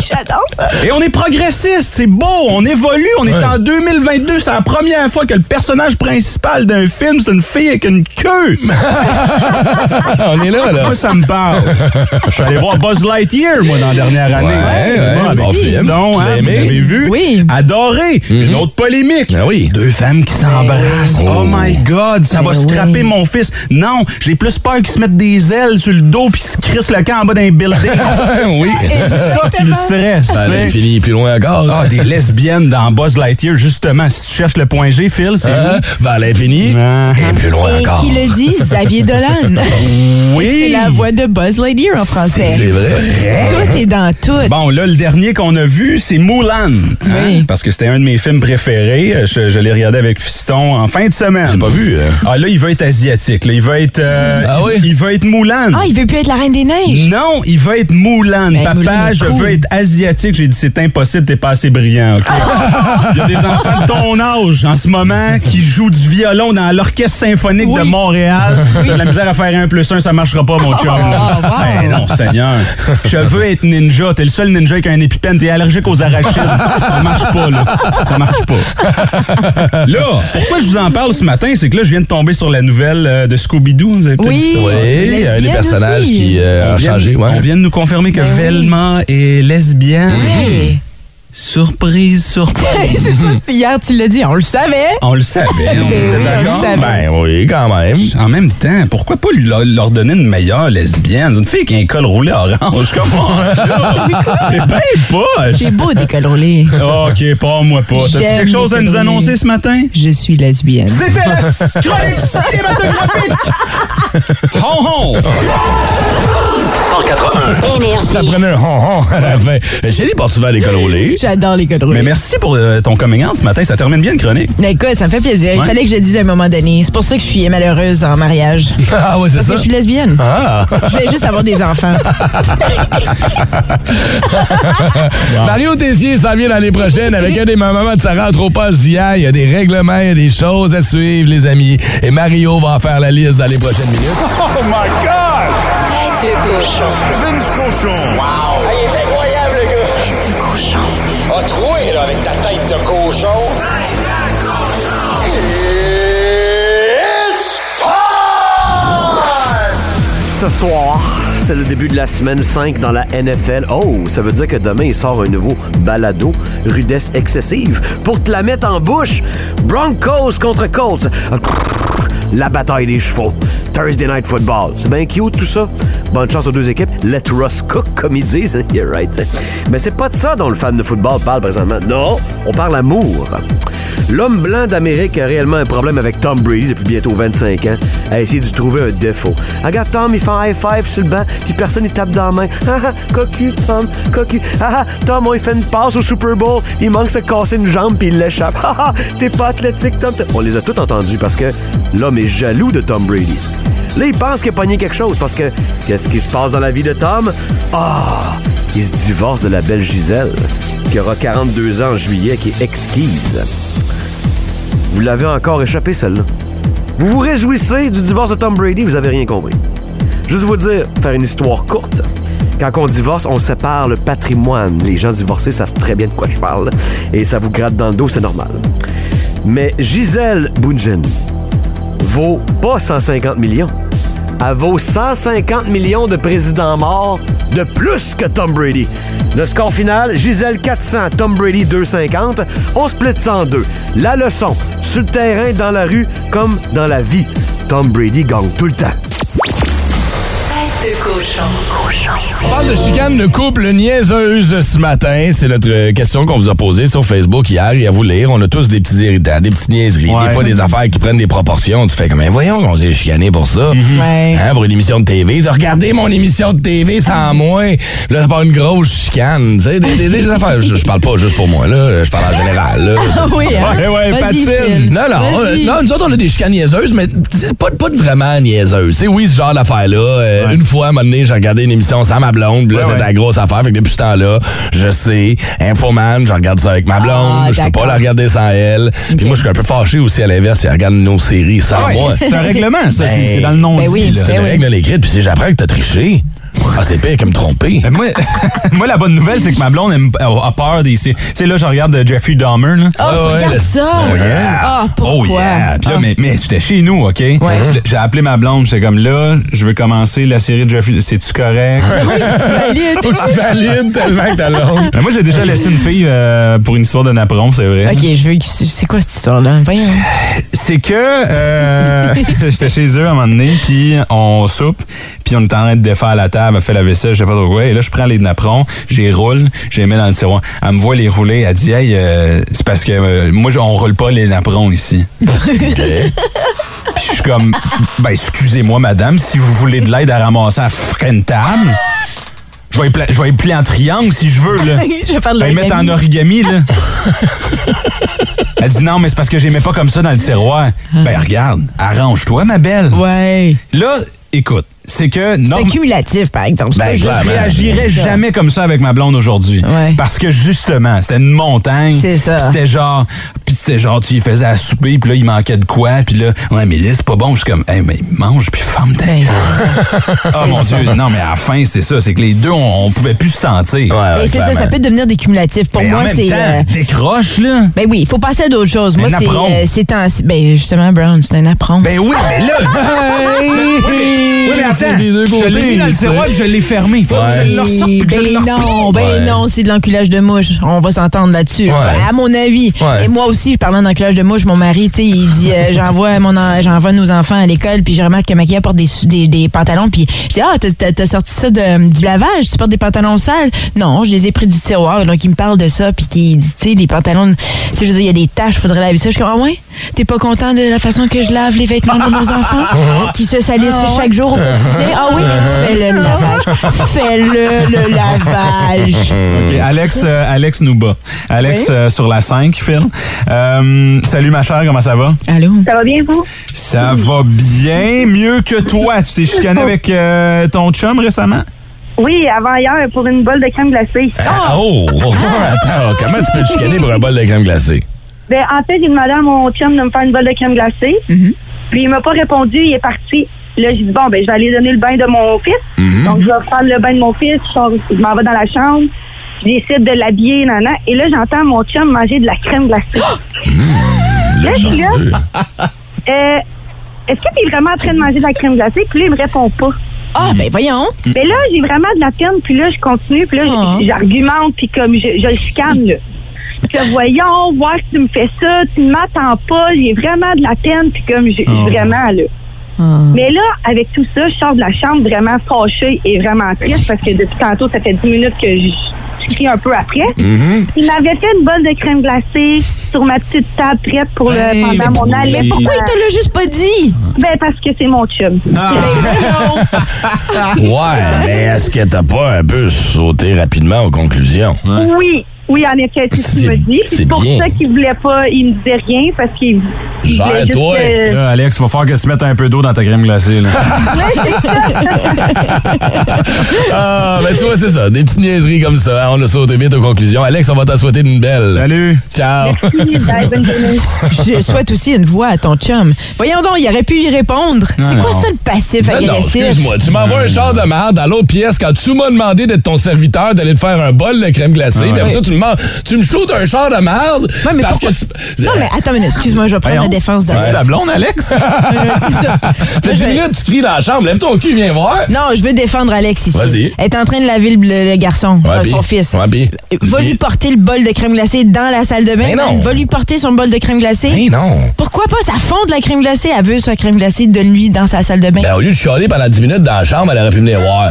S7: J'adore ça.
S6: Et on est progressiste, c'est beau, on évolue, on est en 2022, c'est la première fois que le personnage principal d'un film, c'est une fille avec une queue.
S3: on est Ah, là, là.
S6: Moi, ça me parle. Je suis allé voir Buzz Lightyear, moi, dans la dernière année.
S3: Ouais, ouais,
S6: Ah, ben,
S3: bon
S6: dis
S3: film.
S6: donc,
S3: Tu
S6: hein,
S3: l'as aimé?
S6: Vous l'avez vu?
S7: Oui.
S6: Adoré. Une autre polémique.
S3: Ah oui.
S6: Deux femmes qui s'embrassent. Oh.
S3: Oh.
S6: my God, ça va
S7: Ben
S6: scraper
S7: oui.
S6: mon fils. Non, j'ai plus peur qu'ils se mettent des ailes sur le dos puis se crissent le camp en bas d'un building.
S3: oui.
S6: C'est ça qui me stresse.
S3: Ça
S6: tu sais.
S3: allait finir plus loin encore.
S6: Ah, des lesbiennes dans Buzz Lightyear, justement. Si tu cherches le point G, Phil, c'est
S3: Hein? Vers l'infini.
S6: Ah.
S3: Et plus loin
S7: Et
S3: encore.
S7: qui le dit? Xavier Dolan.
S6: où?
S7: C'est
S6: Oui!
S7: la voix de Buzz Lightyear en
S3: C'est
S7: français.
S3: vrai.
S7: Tout est dans tout.
S6: Bon, là, le dernier qu'on a vu, c'est Mulan. hein,
S7: Oui.
S6: Parce que c'était un de mes films préférés. Euh, Je, je l'ai regardé avec Fiston en fin de semaine.
S3: J'ai pas vu. hein.
S6: Ah, là, il veut être asiatique. Là. Il veut être. euh,
S3: Ah oui?
S6: Il veut être Mulan.
S7: Ah, il veut plus être la Reine des Neiges.
S6: Non, il veut être Mulan.
S7: Ben,
S6: Papa,
S7: Mulan est
S6: je
S7: cool.
S6: veux être asiatique. J'ai dit, c'est impossible, t'es pas assez brillant. OK? Il y a des enfants de ton âge en ce moment qui jouent du violon dans l'Orchestre symphonique de
S7: Oui. Oh,
S6: Montréal. T'as de la misère à faire un plus un, ça marchera pas, mon chum. là.
S7: wow.
S6: Ben non, Seigneur. Je veux être ninja. T'es le seul ninja qui a un épipène. T'es allergique aux arachides. Ça marche pas, là. Ça marche pas. Là, pourquoi je vous en parle ce matin, c'est que là, je viens de tomber sur la nouvelle euh, de Scooby-Doo. Vous avez peut-être
S7: Oui. c'est
S3: Oui, un des
S7: lesbienne
S3: euh, personnages
S7: aussi.
S3: qui euh, a
S6: on vient-
S3: changé. Ouais.
S6: On vient de nous confirmer que
S7: Ben oui.
S6: Velma est lesbienne.
S7: Hey.
S6: Surprise, surprise.
S7: C'est ça, hier tu l'as dit, on le savait.
S6: on le savait, on
S7: Oui, on
S6: était
S7: le
S6: d'accord.
S7: savait.
S3: Ben oui, quand même.
S6: En même temps, pourquoi pas leur, leur donner une meilleure lesbienne? Une fille qui a un col roulé orange, comment? C'est bien
S7: C'est
S6: poche!
S7: beau des cols roulés.
S6: OK, pas moi pas. T'as-tu
S7: J'aime
S6: quelque chose à
S7: les
S6: nous
S7: cols roulés.
S6: annoncer ce matin?
S7: Je suis lesbienne.
S6: C'était la chronique cinématographique! Hon hon!
S2: 181.
S3: Ça prenait un hon-hon à la fin. Mais Chélie, porte souvent des cols roulés.
S7: J'adore les cols roulés.
S6: Mais merci pour euh, ton coming out ce matin, ça termine bien une chronique.
S7: Mais écoute, ça me fait plaisir. Il
S6: Ouais.
S7: fallait que je le dise à un moment donné. C'est pour ça que je suis malheureuse en mariage.
S3: Ah ouais, c'est
S7: Parce que
S3: ça.
S7: je suis lesbienne.
S3: Ah.
S7: Je vais juste avoir des enfants.
S6: Ah
S3: Mario Tessier s'en vient l'année prochaine avec un des moments de sa rentre au poste d'hier. Il y a des règlements, il y a des choses à suivre, les amis. Et Mario va en faire la liste dans les prochaines minutes.
S1: Tête de cochon.
S10: Vince Cochon.
S2: Ah, il est incroyable, le gars!
S1: Tête de cochon.
S10: A Ah, troué, là, avec ta tête de cochon. It's
S11: Ce soir, c'est le début de la semaine 5 dans la NFL. Oh, ça veut dire que demain, il sort un nouveau balado, rudesse excessive, pour te la mettre en bouche. Broncos contre Colts. La bataille des chevaux. Thursday Night Football. C'est bien cute tout ça. Bonne chance aux deux équipes. Let Russ cook, comme ils disent. hein. You're right. Mais c'est pas de ça dont le fan de football parle présentement. Non, on parle amour. L'homme blanc d'Amérique a réellement un problème avec Tom Brady depuis bientôt 25 ans. A essayé de trouver un défaut. Regarde Tom, il fait un high five sur le banc, puis personne ne tape dans la main. Ah ah, cocu, Tom, cocu. Ah ah, Tom, on lui fait une passe au Super Bowl. Il manque se casser une jambe, puis il l'échappe. Ah ah, t'es pas athlétique, Tom. On les a tous entendus parce que l'homme est jaloux de Tom Brady. Là, il pense qu'il a pogné quelque chose parce que qu'est-ce qui se passe dans la vie de Tom? Ah! il se divorce de la belle Gisèle, qui aura 42 ans en juillet, qui est exquise. Vous l'avez encore échappé, celle-là. Vous vous réjouissez du divorce de Tom Brady, vous avez rien compris. Juste vous dire, faire une histoire courte. Quand on divorce, on sépare le patrimoine. Les gens divorcés savent très bien de quoi je parle. Et ça vous gratte dans le dos, c'est normal. Mais Gisèle Bunchen vaut pas 150 millions. Elle vaut 150 millions de présidents morts de plus que Tom Brady. Le score final, Gisèle 400, Tom Brady 250. On split 102. La leçon, sur le terrain, dans la rue, comme dans la vie. Tom Brady gagne tout le temps.
S1: Tête de cochon.
S3: On parle de chicane de couple niaiseuse ce matin. C'est notre euh, question qu'on vous a posée sur Facebook hier et à vous lire. On a tous des petits irritants, des petites niaiseries, des fois des affaires qui prennent des proportions. Tu fais comme, mais voyons qu'on s'est chicané pour ça. Hein, pour une émission de TV. Regardez mon émission de TV sans moi. Là, ça part une grosse chicane. Tu sais, des, des- des affaires. Je, je parle pas juste pour moi, là. Je parle en général, là.
S6: Ah oui, hein? Ouais, ouais, Vas-y, patine. Phil.
S3: Non, non, euh,
S6: Vas-y.
S3: non, nous autres, on a des chicanes niaiseuses, mais c'est pas, pas de vraiment niaiseuses. C'est oui, ce genre d'affaires-là. Euh, Une fois, à un moment donné, j'ai regardé une émission sans ma blonde, puis là, c'était la grosse affaire. Fait que depuis ce temps-là, je sais, Infoman, je regarde ça avec ma
S12: Ah,
S3: blonde, je peux pas la regarder sans elle. Puis moi, je suis un peu fâché aussi à l'inverse, elle regarde nos séries sans
S6: Ouais,
S3: moi.
S6: c'est un règlement, ça,
S3: Ben
S6: c'est- c'est dans le non-dit, là.
S3: C'est
S12: Eh
S6: Ben
S3: une
S6: oui.
S3: règle de l'écrit, puis si j'apprends que t'as triché, ah, c'est pire que me tromper.
S6: Ben, moi, moi, la bonne nouvelle, c'est que ma blonde aime- a a peur des. sé- Tu sais, là, je regarde euh, Jeffrey Dahmer. Là.
S7: Oh, tu regardes
S6: le-
S7: ça?
S6: Oh, yeah.
S7: Ah,
S6: Oh,
S7: pourquoi?
S6: yeah. Puis là,
S7: Ah.
S6: mais, mais c'était chez nous, OK? Puis là, J'ai appelé ma blonde, j'étais comme là, je veux commencer la série de Jeffrey. C'est-tu correct?
S7: valides.
S3: Faut que tu valides tellement que t'as l'ongle.
S6: Mais Ben, moi, j'ai déjà laissé une fille euh, pour une histoire de napperon, c'est vrai.
S7: OK, je veux. C'est c'est quoi cette histoire-là? Voyons.
S6: C'est que euh, j'étais chez eux à un moment donné, puis on soupe, puis on est en train de défaire la table, elle fait la vaisselle, je sais pas trop quoi. Et là, je prends les napperons, je les roule, je les mets dans le tiroir. Elle me voit les rouler, elle dit Hey, euh, c'est parce que euh, moi, je- on roule pas les napperons ici. Puis je suis comme Ben, excusez-moi, madame, si vous voulez de l'aide à ramasser à freine table. Je vais, y pla- je vais y plier en triangle si je veux. Là.
S7: Je vais faire de
S6: Ben, mettre en origami. Là. Elle dit non, mais c'est parce que j'aimais pas comme ça dans le tiroir. Ben regarde, arrange-toi, ma belle.
S7: Ah. Ouais.
S6: Là, écoute, c'est que non.
S7: C'est cumulatif, par exemple. C'est
S6: Ah, Ben,
S7: pas
S6: je
S7: juste-
S6: réagirais
S7: Ça.
S6: jamais comme ça avec ma blonde aujourd'hui. Parce que justement, c'était une montagne.
S7: C'est ça.
S6: Puis c'était genre, puis c'était genre, tu y faisais à souper, puis là, il manquait de quoi, puis là, ouais, mais là, c'est pas bon. Je suis comme, hey, mais mange, puis ferme
S7: Ben,
S6: ta gueule. Ah, mon
S7: ça.
S6: Dieu. Non, mais à la fin, c'est ça. C'est que les deux, on, on pouvait plus se sentir.
S7: Mais c'est ça, ça peut devenir des cumulatifs. Pour
S6: Mais Ben, en
S7: moi,
S6: même
S7: c'est. euh,
S6: temps, décroche, là.
S7: Ben oui, il faut passer à d'autres choses. Moi,
S6: Un
S7: c'est.
S6: apron.
S7: euh, c'est un. Ben justement, Brown, c'est un apron.
S6: Ben oui, mais là. Oui, mais attends, je l'ai mis dans le tiroir puis je l'ai fermé. Faut que je le ressorte puis que je le
S7: Ben non, ben
S6: replie.
S7: non, c'est de l'enculage de mouche. On va s'entendre là-dessus. À mon avis.
S6: Ouais.
S7: Et moi aussi, je parlais d'enculage de mouche. Mon mari, tu sais, il dit euh, j'envoie mon en- j'envoie nos enfants à l'école, puis je remarque que Maquille apporte des, su- des, des pantalons, puis je dis ah t'as- t'as t'as sorti ça de- du lavage, tu portes des pantalons sales. Non, je les ai pris du tiroir. Donc il me parle de ça, puis qui dit tu sais les pantalons, tu sais je veux dire, il y a des taches, faudrait laver ça. Je suis comme ah ouais, t'es pas content de la façon que je lave les vêtements de nos
S12: Ah.
S7: enfants, qui se salissent chaque jour au quotidien. Ah oui, fais-le le lavage, fais-le le lavage.
S6: OK, Alex, euh, Alex nous bat. Alex
S7: Oui.
S6: euh, sur la 5, Phil. Euh, salut ma chère, comment ça va? Mm.
S7: Allô?
S12: Ça va bien, vous?
S6: Ça va bien, mieux que toi. Tu t'es chicané avec euh, ton chum récemment?
S12: Oui, avant hier, pour une bolle de crème glacée.
S3: Ah, oh! Attends, comment tu peux te chicaner pour un bol de crème glacée?
S12: Ben, en fait, j'ai demandé à mon chum de me faire une bolle de crème glacée.
S9: Mhm.
S12: Puis il m'a pas répondu, il est parti. Là, j'ai dit, bon, ben, je vais aller donner le bain de mon fils. Donc, je vais prendre le bain de mon fils, je, sors- je m'en vais dans la chambre, je décide de l'habiller, nana. Et là, j'entends mon chum manger de la crème glacée. là, je suis là, euh, est-ce que tu es vraiment en train de manger de la crème glacée? Puis là, il me répond pas.
S7: Ah, ben voyons.
S12: Mais là, j'ai vraiment de la peine, puis là, je continue, puis là, j- j'argumente, puis comme je, je le chicane, là. Que voyons, voir si tu me fais ça, tu ne m'attends pas, j'ai vraiment de la peine, puis comme je,
S6: Oh.
S12: vraiment, là. Mais là, avec tout ça, je sors de la chambre vraiment fâchée et vraiment triste parce que depuis tantôt, ça fait 10 minutes que je je crie un peu après. Il m'avait fait une bolle de crème glacée sur ma petite table prête pour le, pendant mon aller.
S5: mais pourquoi il te
S12: l'a juste pas dit? Ben, parce que c'est mon chum.
S3: Ouais, mais est-ce que t'as pas un peu sauté rapidement aux conclusions?
S12: Oui, oui, en effet, c'est ce qu'il
S3: C'est-
S12: me dit.
S3: c'est
S12: C'est pour
S3: bien.
S12: ça qu'il voulait pas, il me disait rien parce qu'il il voulait juste euh,
S6: Gère-toi.
S7: Euh.
S12: que-
S6: Là, Alex, va falloir que tu mettes un peu d'eau dans ta crème glacée. Là.
S3: Ah, ben tu vois, c'est ça. Des petites niaiseries comme ça. hein, On a sauté vite aux conclusions. Alex, on va t'en souhaiter une belle.
S6: Salut.
S3: Ciao.
S7: Je souhaite aussi une voix à ton chum. Voyons donc, il aurait pu y répondre.
S3: Non,
S7: C'est quoi
S3: non.
S7: ça le passif
S3: Non, non,
S7: agressif?
S3: excuse-moi. Tu m'envoies un char de merde à l'autre pièce quand tu m'as demandé d'être ton serviteur, d'aller te faire un bol de crème glacée.
S7: Ah,
S3: puis après
S7: ouais.
S3: ça, tu me, demandes- tu me shootes un char de merde.
S7: Ouais, mais
S3: parce que
S7: pourquoi-
S3: tu-
S7: Non, mais attends une minute, excuse-moi, je vais prendre la défense d'Alex.
S3: C'est ta blonde, Alex?
S7: Ouais, c'est ça.
S3: Fait 10 minutes, tu cries dans la chambre. Lève ton cul, viens voir.
S7: Non, je veux défendre Alex ici.
S3: Vas-y.
S7: Elle est en train de laver le, le- le garçon,
S3: Ouais,
S7: euh,
S3: puis-
S7: son fils.
S3: ouais, puis-
S7: Va lui porter le bol de crème glacée dans la salle de bain.
S3: Mais non.
S7: Va lui porter son bol de crème glacée.
S3: Mais non.
S7: Pourquoi pas? Ça fond de la crème glacée. Elle veut sa crème glacée de lui dans sa salle de bain.
S3: Ben, au lieu de chialer pendant 10 minutes dans la chambre, elle aurait pu venir voir.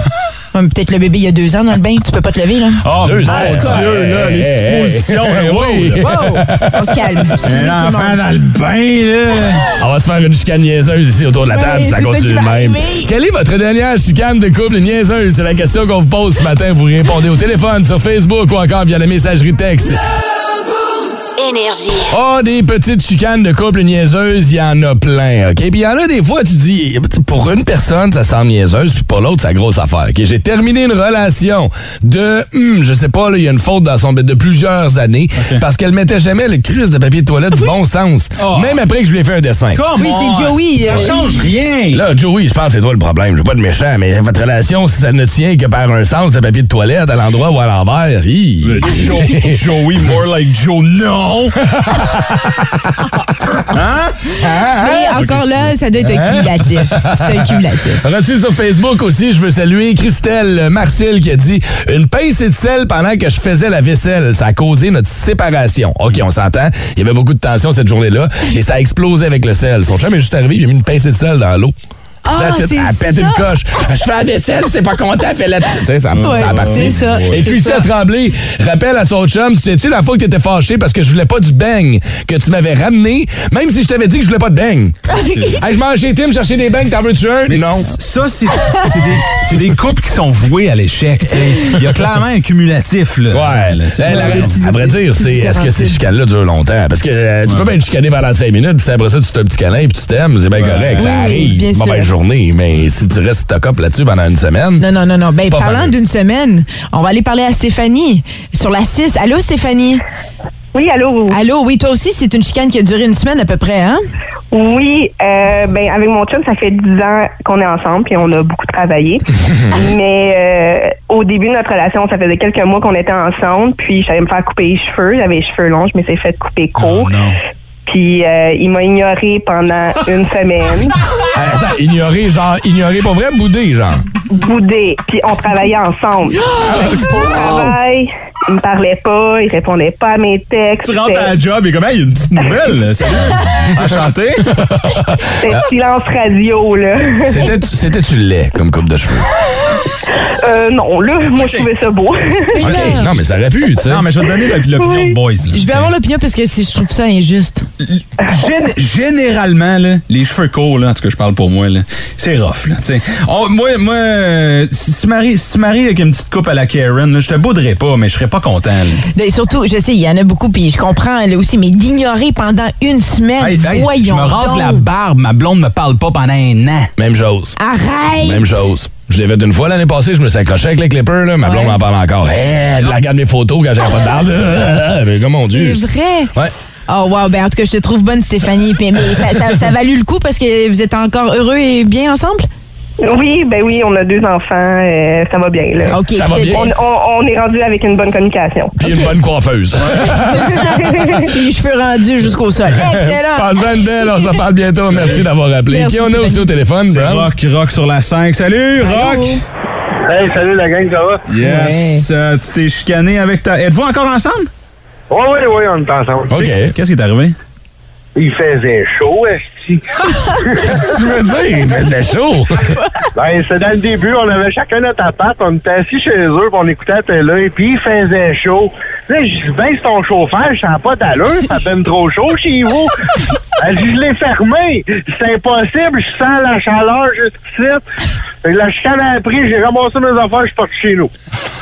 S7: Ouais, mais Peut-être le bébé, il y a deux ans dans le bain. Tu peux pas te lever, là.
S3: Deux
S6: Oh, mon
S3: ans,
S6: Dieu,
S3: quoi.
S6: là, les suppositions, là, wow, là.
S7: Wow. On se calme. Excusez tout le monde.
S3: dans le bain, là. On va se faire une chicane niaiseuse ici autour de la
S7: Ouais,
S3: table, si ça
S7: Ben, c'est ça
S3: continue
S7: qui va
S3: de même.
S7: arriver.
S3: Quelle est votre dernière chicane de couple niaiseuse? C'est la question qu'on vous pose ce matin. Vous répondez au téléphone, sur Facebook ou encore via la messagerie texte.
S1: Énergie.
S3: Oh, des petites chicanes de couple niaiseuses, il y en a plein, OK? Puis il y en a des fois, tu dis, pour une personne, ça semble niaiseuse, puis pour l'autre, c'est la grosse affaire. OK, j'ai terminé une relation de, hum, je sais pas, là, il y a une faute dans son bed de plusieurs années, parce qu'elle mettait jamais le crus de papier de toilette
S6: Ah
S3: du bon sens, même après que je lui ai fait un dessin.
S6: Come
S7: Ah
S6: Oui, on! c'est Joey,
S3: Hein?
S6: Ça euh, change rien.
S3: Là, Joey, je pense que c'est toi le problème. Je pas de méchant, mais votre relation, si ça ne tient que par un sens de papier de toilette à l'endroit ou à l'envers, hi.
S6: Joe- Joey, more like Joe, non!
S3: Hein?
S7: Mais
S3: Hein?
S7: encore là, ça doit être un
S3: Hein?
S7: cumulatif. C'est un cumulatif.
S3: Reçu sur Facebook aussi, je veux saluer Christelle Marcel qui a dit Une pincée de sel pendant que je faisais la vaisselle. Ça a causé notre séparation. OK, on s'entend. Il y avait beaucoup de tension cette journée-là et ça a explosé avec le sel. Son chum est juste arrivé, j'ai mis une pincée de sel dans l'eau.
S7: Ah,
S3: That's it.
S7: c'est
S3: elle pète
S7: ça.
S3: une coche. Je fais la vaisselle, c'était pas content, fais la dessus. Tu sais, ça, a-
S7: Ouais,
S3: ça a parti.
S7: c'est ça,
S3: Et
S7: c'est
S3: puis,
S7: ça.
S3: ça tremblé. Rappelle à son chum, tu sais-tu la fois que t'étais fâché parce que je voulais pas du bang que tu m'avais ramené, même si je t'avais dit que je voulais pas de bang. hey, je m'en chez Tim chercher des bangs, t'en veux-tu un?
S6: Mais
S3: non.
S6: c- Ça, c'est c'est des, c'est des couples qui sont voués à l'échec. tu sais. Il y a clairement un cumulatif. Là,
S3: Ouais,
S6: Là, tu
S3: Eh,
S6: vois,
S3: la-
S6: là.
S3: à vrai dire, c'est est-ce que ces chicanes-là durent longtemps? Parce que euh, tu peux bien être chicané pendant 5 minutes, puis après ça, tu te fais un petit câlin, puis tu t'aimes, c'est bien correct, ça
S7: Oui,
S3: arrive.
S7: bien sûr.
S3: Mauvaise journée, mais si tu restes ta cop là-dessus pendant une semaine.
S7: Non, non, non, non. Ben,
S3: Pas
S7: parlant
S3: fameux.
S7: d'une semaine, on va aller parler à Stéphanie sur la 6. Allô, Stéphanie?
S12: Oui, allô.
S7: Allô, oui, toi aussi, c'est une chicane qui a duré une semaine à peu près, hein?
S12: Oui, euh, ben avec mon chum, ça fait 10 ans qu'on est ensemble puis on a beaucoup travaillé. Mais euh, au début de notre relation, ça faisait quelques mois qu'on était ensemble, puis j'allais me faire couper les cheveux, j'avais les cheveux longs, je me suis fait couper
S6: Ah,
S12: court. Puis euh, il m'a ignoré pendant une semaine,
S3: Eh, attends, ignorer, genre, ignorer, pas vrai, bouder, genre.
S12: boudé, puis on travaillait ensemble.
S13: Oh!
S7: Ah,
S12: Au travail, il me parlait pas, il répondait pas à mes textes.
S6: Tu rentres à la
S12: C'était-
S6: job et comme, Hey, il y a une petite nouvelle. là. Salut. Enchanté.
S12: C'était silence radio, là.
S3: C'était- C'était-tu laid comme coupe de cheveux?
S12: Euh, non, là, moi, je trouvais ça beau.
S3: OK, non, mais ça aurait pu, tu sais.
S6: Non, mais je vais te donner l'op- l'opinion de boys. là.
S7: Je vais avoir l'opinion parce que c'est- je trouve ça injuste.
S6: Gén- généralement, là, les cheveux courts, là, en tout cas, je parle pour moi, là, c'est rough. Là, tu sais. On- moi, moi euh, si tu maries si tu maries avec une petite coupe à la Karen, là, je te bouderais pas, mais je serais pas content. là.
S7: Ben, surtout, je sais, il y en a beaucoup, puis je comprends là aussi, mais d'ignorer pendant une semaine,
S6: Hey, hey, je
S7: voyons
S6: me rase
S7: donc.
S6: la barbe, ma blonde me parle pas pendant un an.
S3: Même chose.
S7: Arrête!
S3: Même chose. Je l'ai fait une fois l'année passée, je me suis accroché avec les clippers, là. Ma blonde m'en parle encore. Eh, elle regarde mes photos quand j'avais pas de barbe. mais comme mon
S7: C'est
S3: Dieu.
S7: vrai?
S3: Ouais.
S7: Oh wow, ben en tout cas, je te trouve bonne, Stéphanie. Puis, mais ça, ça, ça a valu le coup parce que vous êtes encore heureux et bien ensemble?
S12: Oui, ben oui, on a deux enfants, euh, ça va bien. Là.
S7: OK, Ça va peut-être- bien.
S12: On, on- on est rendu avec une bonne communication.
S3: Puis une bonne coiffeuse.
S7: Puis les cheveux rendus jusqu'au sol. Excellent!
S3: Passez une belle, on se parle bientôt. Merci d'avoir appelé. Hein?
S7: Merci,
S3: Qui on a aussi au téléphone,
S6: C'est
S3: Brown?
S6: Rock, Rock sur la 5. Salut, Rock!
S7: Oh,
S14: Hey, salut la gang, ça va?
S6: Yes, euh, tu t'es chicané avec ta... Êtes-vous encore ensemble?
S14: Oui, oui, oui, on est ensemble.
S6: OK. Qu'est-ce qui est arrivé?
S14: Il faisait chaud, est-ce
S3: Qu'est-ce que tu veux dire? Il faisait chaud?
S14: ben, c'est dans le début, on avait chacun notre appart, on était assis chez eux, puis on écoutait la télé, puis il faisait chaud. Là, je dis, ben, c'est ton chauffage, ça n'a pas d'allure, ça donne trop chaud chez vous. Elle dit, je l'ai fermé, c'est impossible, je sens la chaleur jusqu'ici. Fait que la chicane a pris, j'ai ramassé mes affaires, je suis parti chez nous.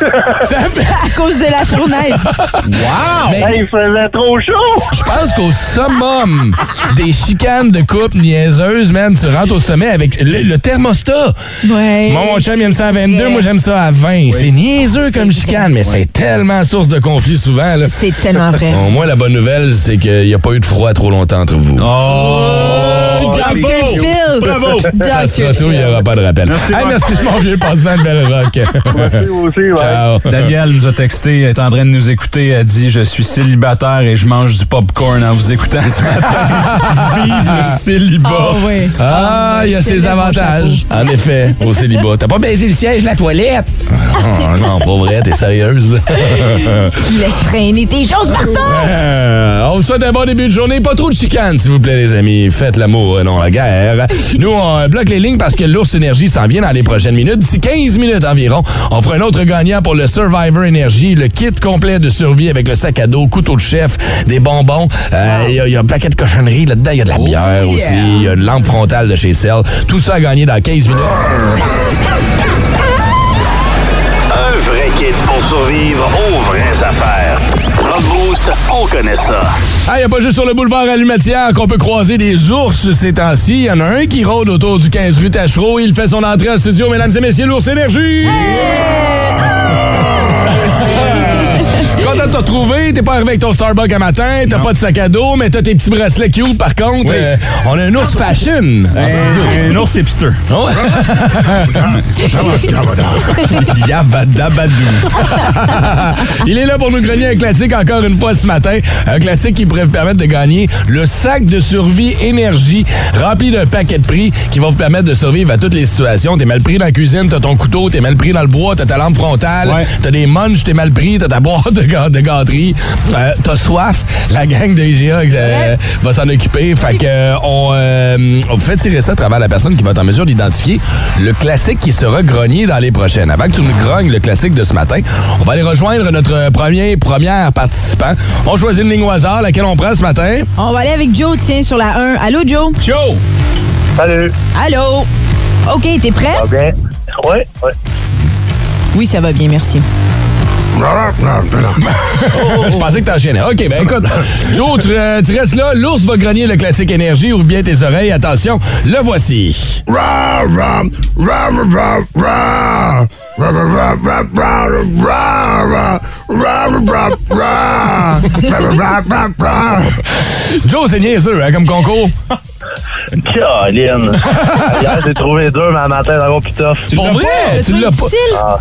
S7: à cause de la fournaise.
S3: Wow!
S14: Ben, il faisait trop chaud!
S3: Je pense qu'au summum des chicanes de coupe niaiseuses, man, tu rentres au sommet avec le, le thermostat.
S7: Ouais.
S3: Mon chum, il aime ça à 22, moi j'aime ça à 20. C'est niaiseux comme chicane, mais c'est tellement source de conflit souvent. là.
S7: C'est tellement vrai.
S3: Au moins, la bonne nouvelle, c'est qu'il n'y a pas eu de froid trop longtemps entre vous.
S6: Oh!
S7: Dr. Phil!
S6: Bravo!
S3: Ça sera tout, il n'y aura pas de rappel.
S6: Merci,
S3: Hey,
S6: Marc.
S3: Ah, merci mon vieux passant de Belle Rock.
S14: Merci, vous aussi, ouais.
S3: Ciao.
S6: Daniel nous a texté, elle est en train de nous écouter, elle dit Je suis célibataire et je mange du popcorn en vous écoutant ce matin. Vive le célibat!
S7: Ah oui.
S3: Ah, il y a
S7: Je te
S3: ses
S7: lève mon
S3: avantages. En effet, au célibat. T'as pas baisé le siège, la toilette? Ah, non, pas vrai, t'es sérieuse, là.
S7: Tu laisses traîner tes choses partout!
S3: Euh, on vous souhaite un bon début de journée. Pas trop de chicanes, s'il vous plaît, les amis. Faites l'amour et non la guerre. hein? Nous, on euh, bloque les lignes parce que l'ours énergie s'en vient dans les prochaines minutes. D'ici 15 minutes environ, on fera un autre gagnant pour le Survivor Energy, le kit complet de survie avec le sac à dos, couteau de chef, des bonbons. Euh, Il y a- il y, a un paquet de cochonneries là-dedans. Il y a de la bière aussi. Il y a une lampe frontale de chez Cell. Tout ça à gagner dans 15 minutes.
S2: Un vrai kit pour survivre aux vraies affaires. Dans le Boost, on connaît ça.
S3: Ah, il n'y a pas juste sur le boulevard Alumatière qu'on peut croiser des ours ces temps-ci. Il y en a un qui rôde autour du 15 rue Tachereau. Il fait son entrée en studio, mesdames et messieurs, l'ours énergie! Quand t'as trouvé, t'es pas arrivé avec ton Starbucks à matin, t'as pas de sac à dos, mais t'as tes petits bracelets cute. Par contre, euh, on a un ours fashion en studio.
S6: Un un ours hipster.
S3: Oh.
S6: Yabadabadou.
S3: Il est là pour nous grenier un classique encore une fois ce matin. Un classique qui pourrait vous permettre de gagner le sac de survie énergie rempli d'un paquet de prix qui va vous permettre de survivre à toutes les situations. T'es mal pris dans la cuisine, t'as ton couteau, t'es mal pris dans le bois, t'as ta lampe frontale,
S6: Ouais.
S3: t'as des munchs, t'es mal pris, t'as ta boîte de, gâ- de gâterie, euh, t'as soif. La gang de IGA euh, va s'en occuper. Fait que euh, on, euh, on fait tirer ça à travers la personne qui va être en mesure d'identifier le classique qui sera grogné dans les prochaines. Avant que tu nous grognes le classique de ce matin, on va aller rejoindre notre premier première participant. On choisit une ligne au hasard, laquelle on prend ce matin.
S7: On va aller avec Joe, tiens, sur la 1. Allô, Joe?
S6: Joe!
S14: Salut!
S7: Allô? OK, t'es prêt?
S14: Ah bien? Ouais, ouais.
S7: Oui, ça va bien, merci.
S3: Je pensais que t'enchaînais. OK, ben écoute, Joe, tu, euh, tu restes là. L'ours va grogner le classique énergie. Ouvre bien tes oreilles. Attention, le voici. Joe, c'est niaiseux, hein, comme concours.
S14: Caroline! Hier, j'ai trouvé dur, mais à matin, encore plus tough.
S3: Pour vrai, tu l'as pas.
S7: difficile?
S14: Ah.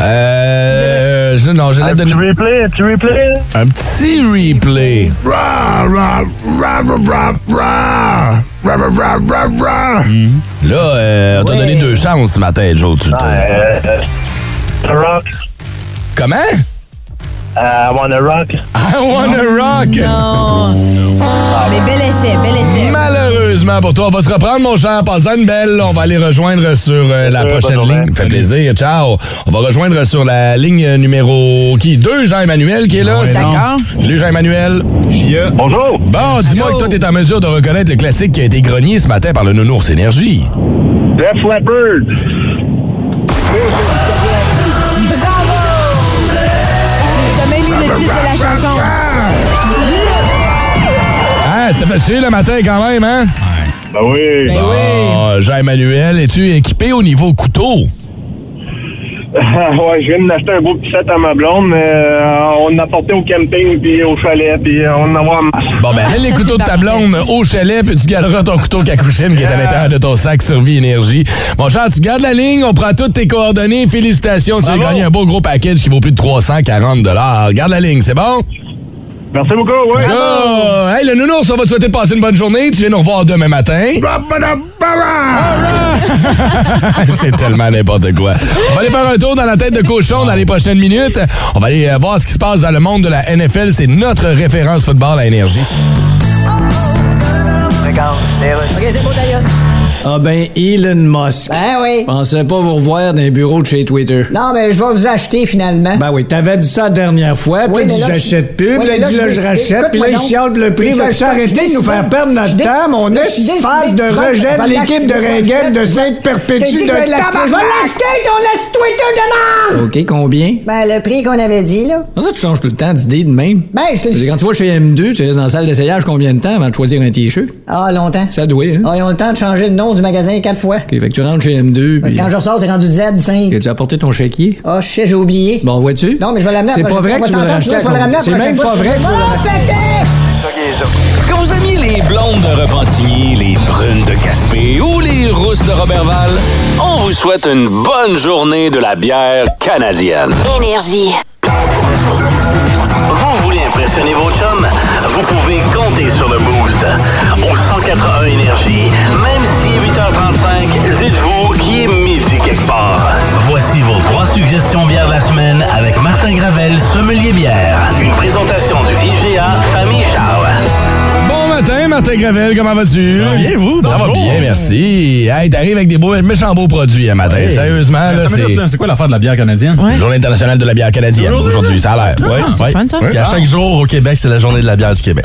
S3: Euh. Je, non, je l'ai
S14: Un
S3: donné.
S14: petit replay, un petit replay, là.
S3: Un petit replay. Là, euh, on t'a donné deux chances ce matin, Joe. Tu te-
S14: Euh, euh, rock.
S3: Comment?
S14: Euh, I wanna rock.
S3: I wanna rock!
S7: Non. Mais bel essai, bel essai.
S3: Malheureusement pour toi, on va se reprendre, mon cher. Passe une belle. On va aller rejoindre sur euh, la
S14: Sûr,
S3: prochaine
S14: bonne journée.
S3: ligne. Fait plaisir. Ciao. On va rejoindre sur la ligne numéro qui? Deux, Jean-Emmanuel qui est là.
S7: D'accord.
S3: Salut, Jean-Emmanuel. E.
S6: J.E.
S14: Bonjour!
S3: Bon, dis-moi que toi, t'es en mesure de reconnaître le classique qui a été grogné ce matin par le nounours énergie.
S14: Def Leppard!
S7: T'as même eu le titre de la chanson.
S3: Ah, c'était facile le matin quand même, hein?
S14: Ben oui!
S7: Ben oui.
S3: Bon, Jean-Emmanuel, es-tu équipé au niveau couteau?
S14: ouais, je viens de m'acheter un beau petit set à ma blonde, mais euh, on l'a porté au camping, puis au chalet, puis euh, on en voit en masse.
S3: Bon, ben, elle les couteaux de ta blonde au chalet, puis tu garderas ton couteau Kakushin qui est à l'intérieur de ton sac Survie Énergie. Mon cher, tu gardes la ligne, on prend toutes tes coordonnées. Félicitations, tu as
S6: Bravo.
S3: gagné un beau gros package qui vaut plus de 340 Garde la ligne, c'est bon?
S14: Merci beaucoup, ouais!
S3: Go! Hey, le nounours, on va te souhaiter de passer une bonne journée. Tu viens nous revoir demain matin. C'est tellement n'importe quoi. On va aller faire un tour dans la tête de cochon dans les prochaines minutes. On va aller euh, voir ce qui se passe dans le monde de la NFL. C'est notre référence football à énergie.
S15: fréquence des rues.
S9: OK, c'est beau, ta gueule.
S8: Ah ben, Elon Musk.
S9: Ben oui.
S8: Pensais pas vous revoir dans les bureaux de chez Twitter.
S9: Non, mais je vais vous acheter finalement.
S8: Ben oui, t'avais dit ça la dernière fois,
S9: Oui,
S8: puis
S9: mais
S8: dit
S9: là, je-
S8: j'achète
S9: Oui,
S8: plus, puis
S9: mais
S8: là,
S9: là,
S8: dit
S9: je
S8: là, je
S9: décide.
S8: rachète, puis là, il
S9: Écoute-moi
S8: chiale
S9: donc.
S8: le prix.
S9: Je-
S8: va
S9: je-
S8: arrêter de nous faire perdre
S9: je
S8: notre
S9: dé-
S8: temps, mon
S9: Là, je
S8: est
S9: suis décidé.
S8: face de
S9: Je vais-
S8: rejet
S9: je
S8: de
S9: vais
S8: l'équipe de
S9: l'acheter.
S8: Ringuette de
S9: T'as
S8: Sainte-Perpétue
S9: dit que je vais l'acheter.
S8: de
S9: Je vais
S8: tabarnak.
S9: l'acheter, ton laisse Twitter de merde!
S8: OK, combien?
S9: Ben, le prix qu'on avait dit, là.
S8: Comment ça, tu changes tout le temps d'idée de même?
S9: Ben, je te
S8: Je veux dire, Quand tu vas chez M2, tu restes dans la salle d'essayage combien de temps avant de choisir un t-shirt?
S9: Ah, longtemps.
S8: Ça doit, hein?
S9: Ah, ils ont le temps de changer le nom du magasin quatre fois.
S8: OK, fait que tu rentres chez M2, puis...
S9: Quand je ressors, c'est rendu Z5.
S8: Tu as apporté ton chéquier?
S9: Ah, je sais, j'ai oublié.
S8: Bon, vois-tu?
S9: Non, mais je vais l'amener à
S8: C'est
S9: la
S8: pas
S9: prochaine
S8: vrai
S9: fois.
S8: que tu veux
S9: On va
S8: racheter
S9: s'entendre,
S8: à
S9: je vais
S8: compte. C'est
S9: l'amener à la
S8: même pas
S9: prochaine
S8: vrai
S9: fois.
S8: que tu veux
S9: Ah,
S8: racheter.
S9: pété!
S2: Quand vous aimez les blondes de Repentigny, les brunes de Gaspé ou les rousses de Roberval, on vous souhaite une bonne journée de la bière canadienne.
S1: Énergie.
S2: Vous voulez impressionner vos chums? Vous pouvez compter sur le boost. Au 181 Énergie, même si 8h35, dites-vous qu'il est midi quelque part. Voici vos trois suggestions bières de la semaine avec Martin Gravel, sommelier bière. Une présentation du IGA Famille Charles.
S3: Bon matin, Martin Gravel, comment vas-tu?
S6: bien, vous?
S3: Ça va
S6: Bonjour.
S3: bien, merci. Hey, t'arrives avec des beaux, méchants beaux produits un matin.
S6: Hey.
S3: Sérieusement, là,
S6: Attends une minute,
S3: c'est.
S6: là, C'est quoi l'affaire de la bière canadienne?
S3: Journée internationale de la bière canadienne
S6: Aujourd'hui,
S3: aujourd'hui, ça a l'air.
S6: Ah,
S3: Ouais,
S6: c'est
S3: ouais.
S6: fun, ça.
S3: Ouais.
S6: Puis à chaque
S13: jour au Québec, c'est la journée de la bière du Québec.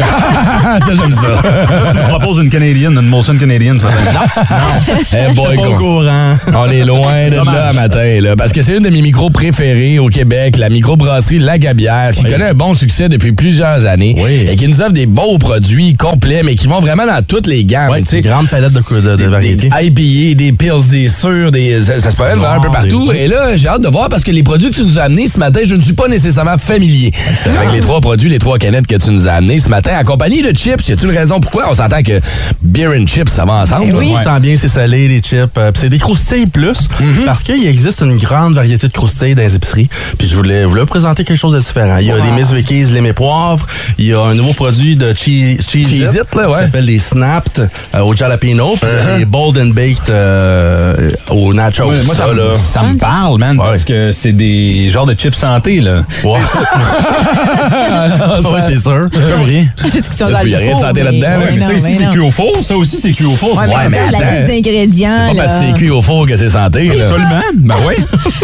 S3: ça, j'aime
S6: Là, tu me proposes une Canadienne, une Molson Canadienne ce matin. Non,
S3: Eh boy,
S6: pas au
S3: qu'on-
S6: courant.
S3: On est loin de là matin, là, parce que c'est une de mes micros préférées au Québec, la microbrasserie La Gabière, qui connaît un bon succès depuis plusieurs années et qui nous offre des beaux produits complets, mais qui vont vraiment dans toutes les gammes. tu sais.
S13: Grande palette de, cou- de, de variétés.
S3: Des IPA, des pills, des sûrs, des, ça, ça se promène
S13: Noir,
S3: un peu partout.
S13: des-
S3: Et là, j'ai hâte de voir parce que les produits que tu nous as amenés ce matin, je ne suis pas nécessairement familier. Avec les trois produits, les trois canettes que tu nous as amenés ce matin, accompagnées de chips, y a-tu une raison pourquoi on s'entend que beer and chips, ça va ensemble?
S6: Eh
S3: là?
S13: Oui. Tant bien, c'est salé, les chips. euh, puis c'est des croustilles plus,
S7: Mhm.
S13: parce qu'il existe une grande variété de croustilles dans les épiceries. Puis je voulais, je voulais vous présenter quelque chose de différent. Il y a les Miss Vickies, les mets poivres. Il y a un nouveau produit de cheese, cheese
S3: Cheez-It, là, ouais.
S13: qui s'appelle les Snapped euh, au jalapeno, puis
S7: Uh-huh.
S13: les Bold and Baked euh, au nachos.
S6: Ouais, moi, ça, me-
S13: là.
S6: ça me parle, man, parce que c'est des genres de chips santé, là.
S13: Ouais, c'est sûr.
S6: Comme rien.
S7: Est-ce qu'ils sont
S6: Ça,
S7: dans
S6: puis y a
S7: le
S6: rien de
S7: four,
S6: santé là-dedans,
S7: mais-
S6: là. Mais ça,
S7: non,
S6: ici, c'est
S7: non.
S6: cuit au four. Ça aussi, c'est cuit au four.
S7: Ouais,
S6: ça.
S7: mais attends, la liste d'ingrédients,
S3: C'est pas parce que
S7: Ah, là.
S3: c'est cuit au four que c'est santé. là.
S6: Seulement? Ben oui.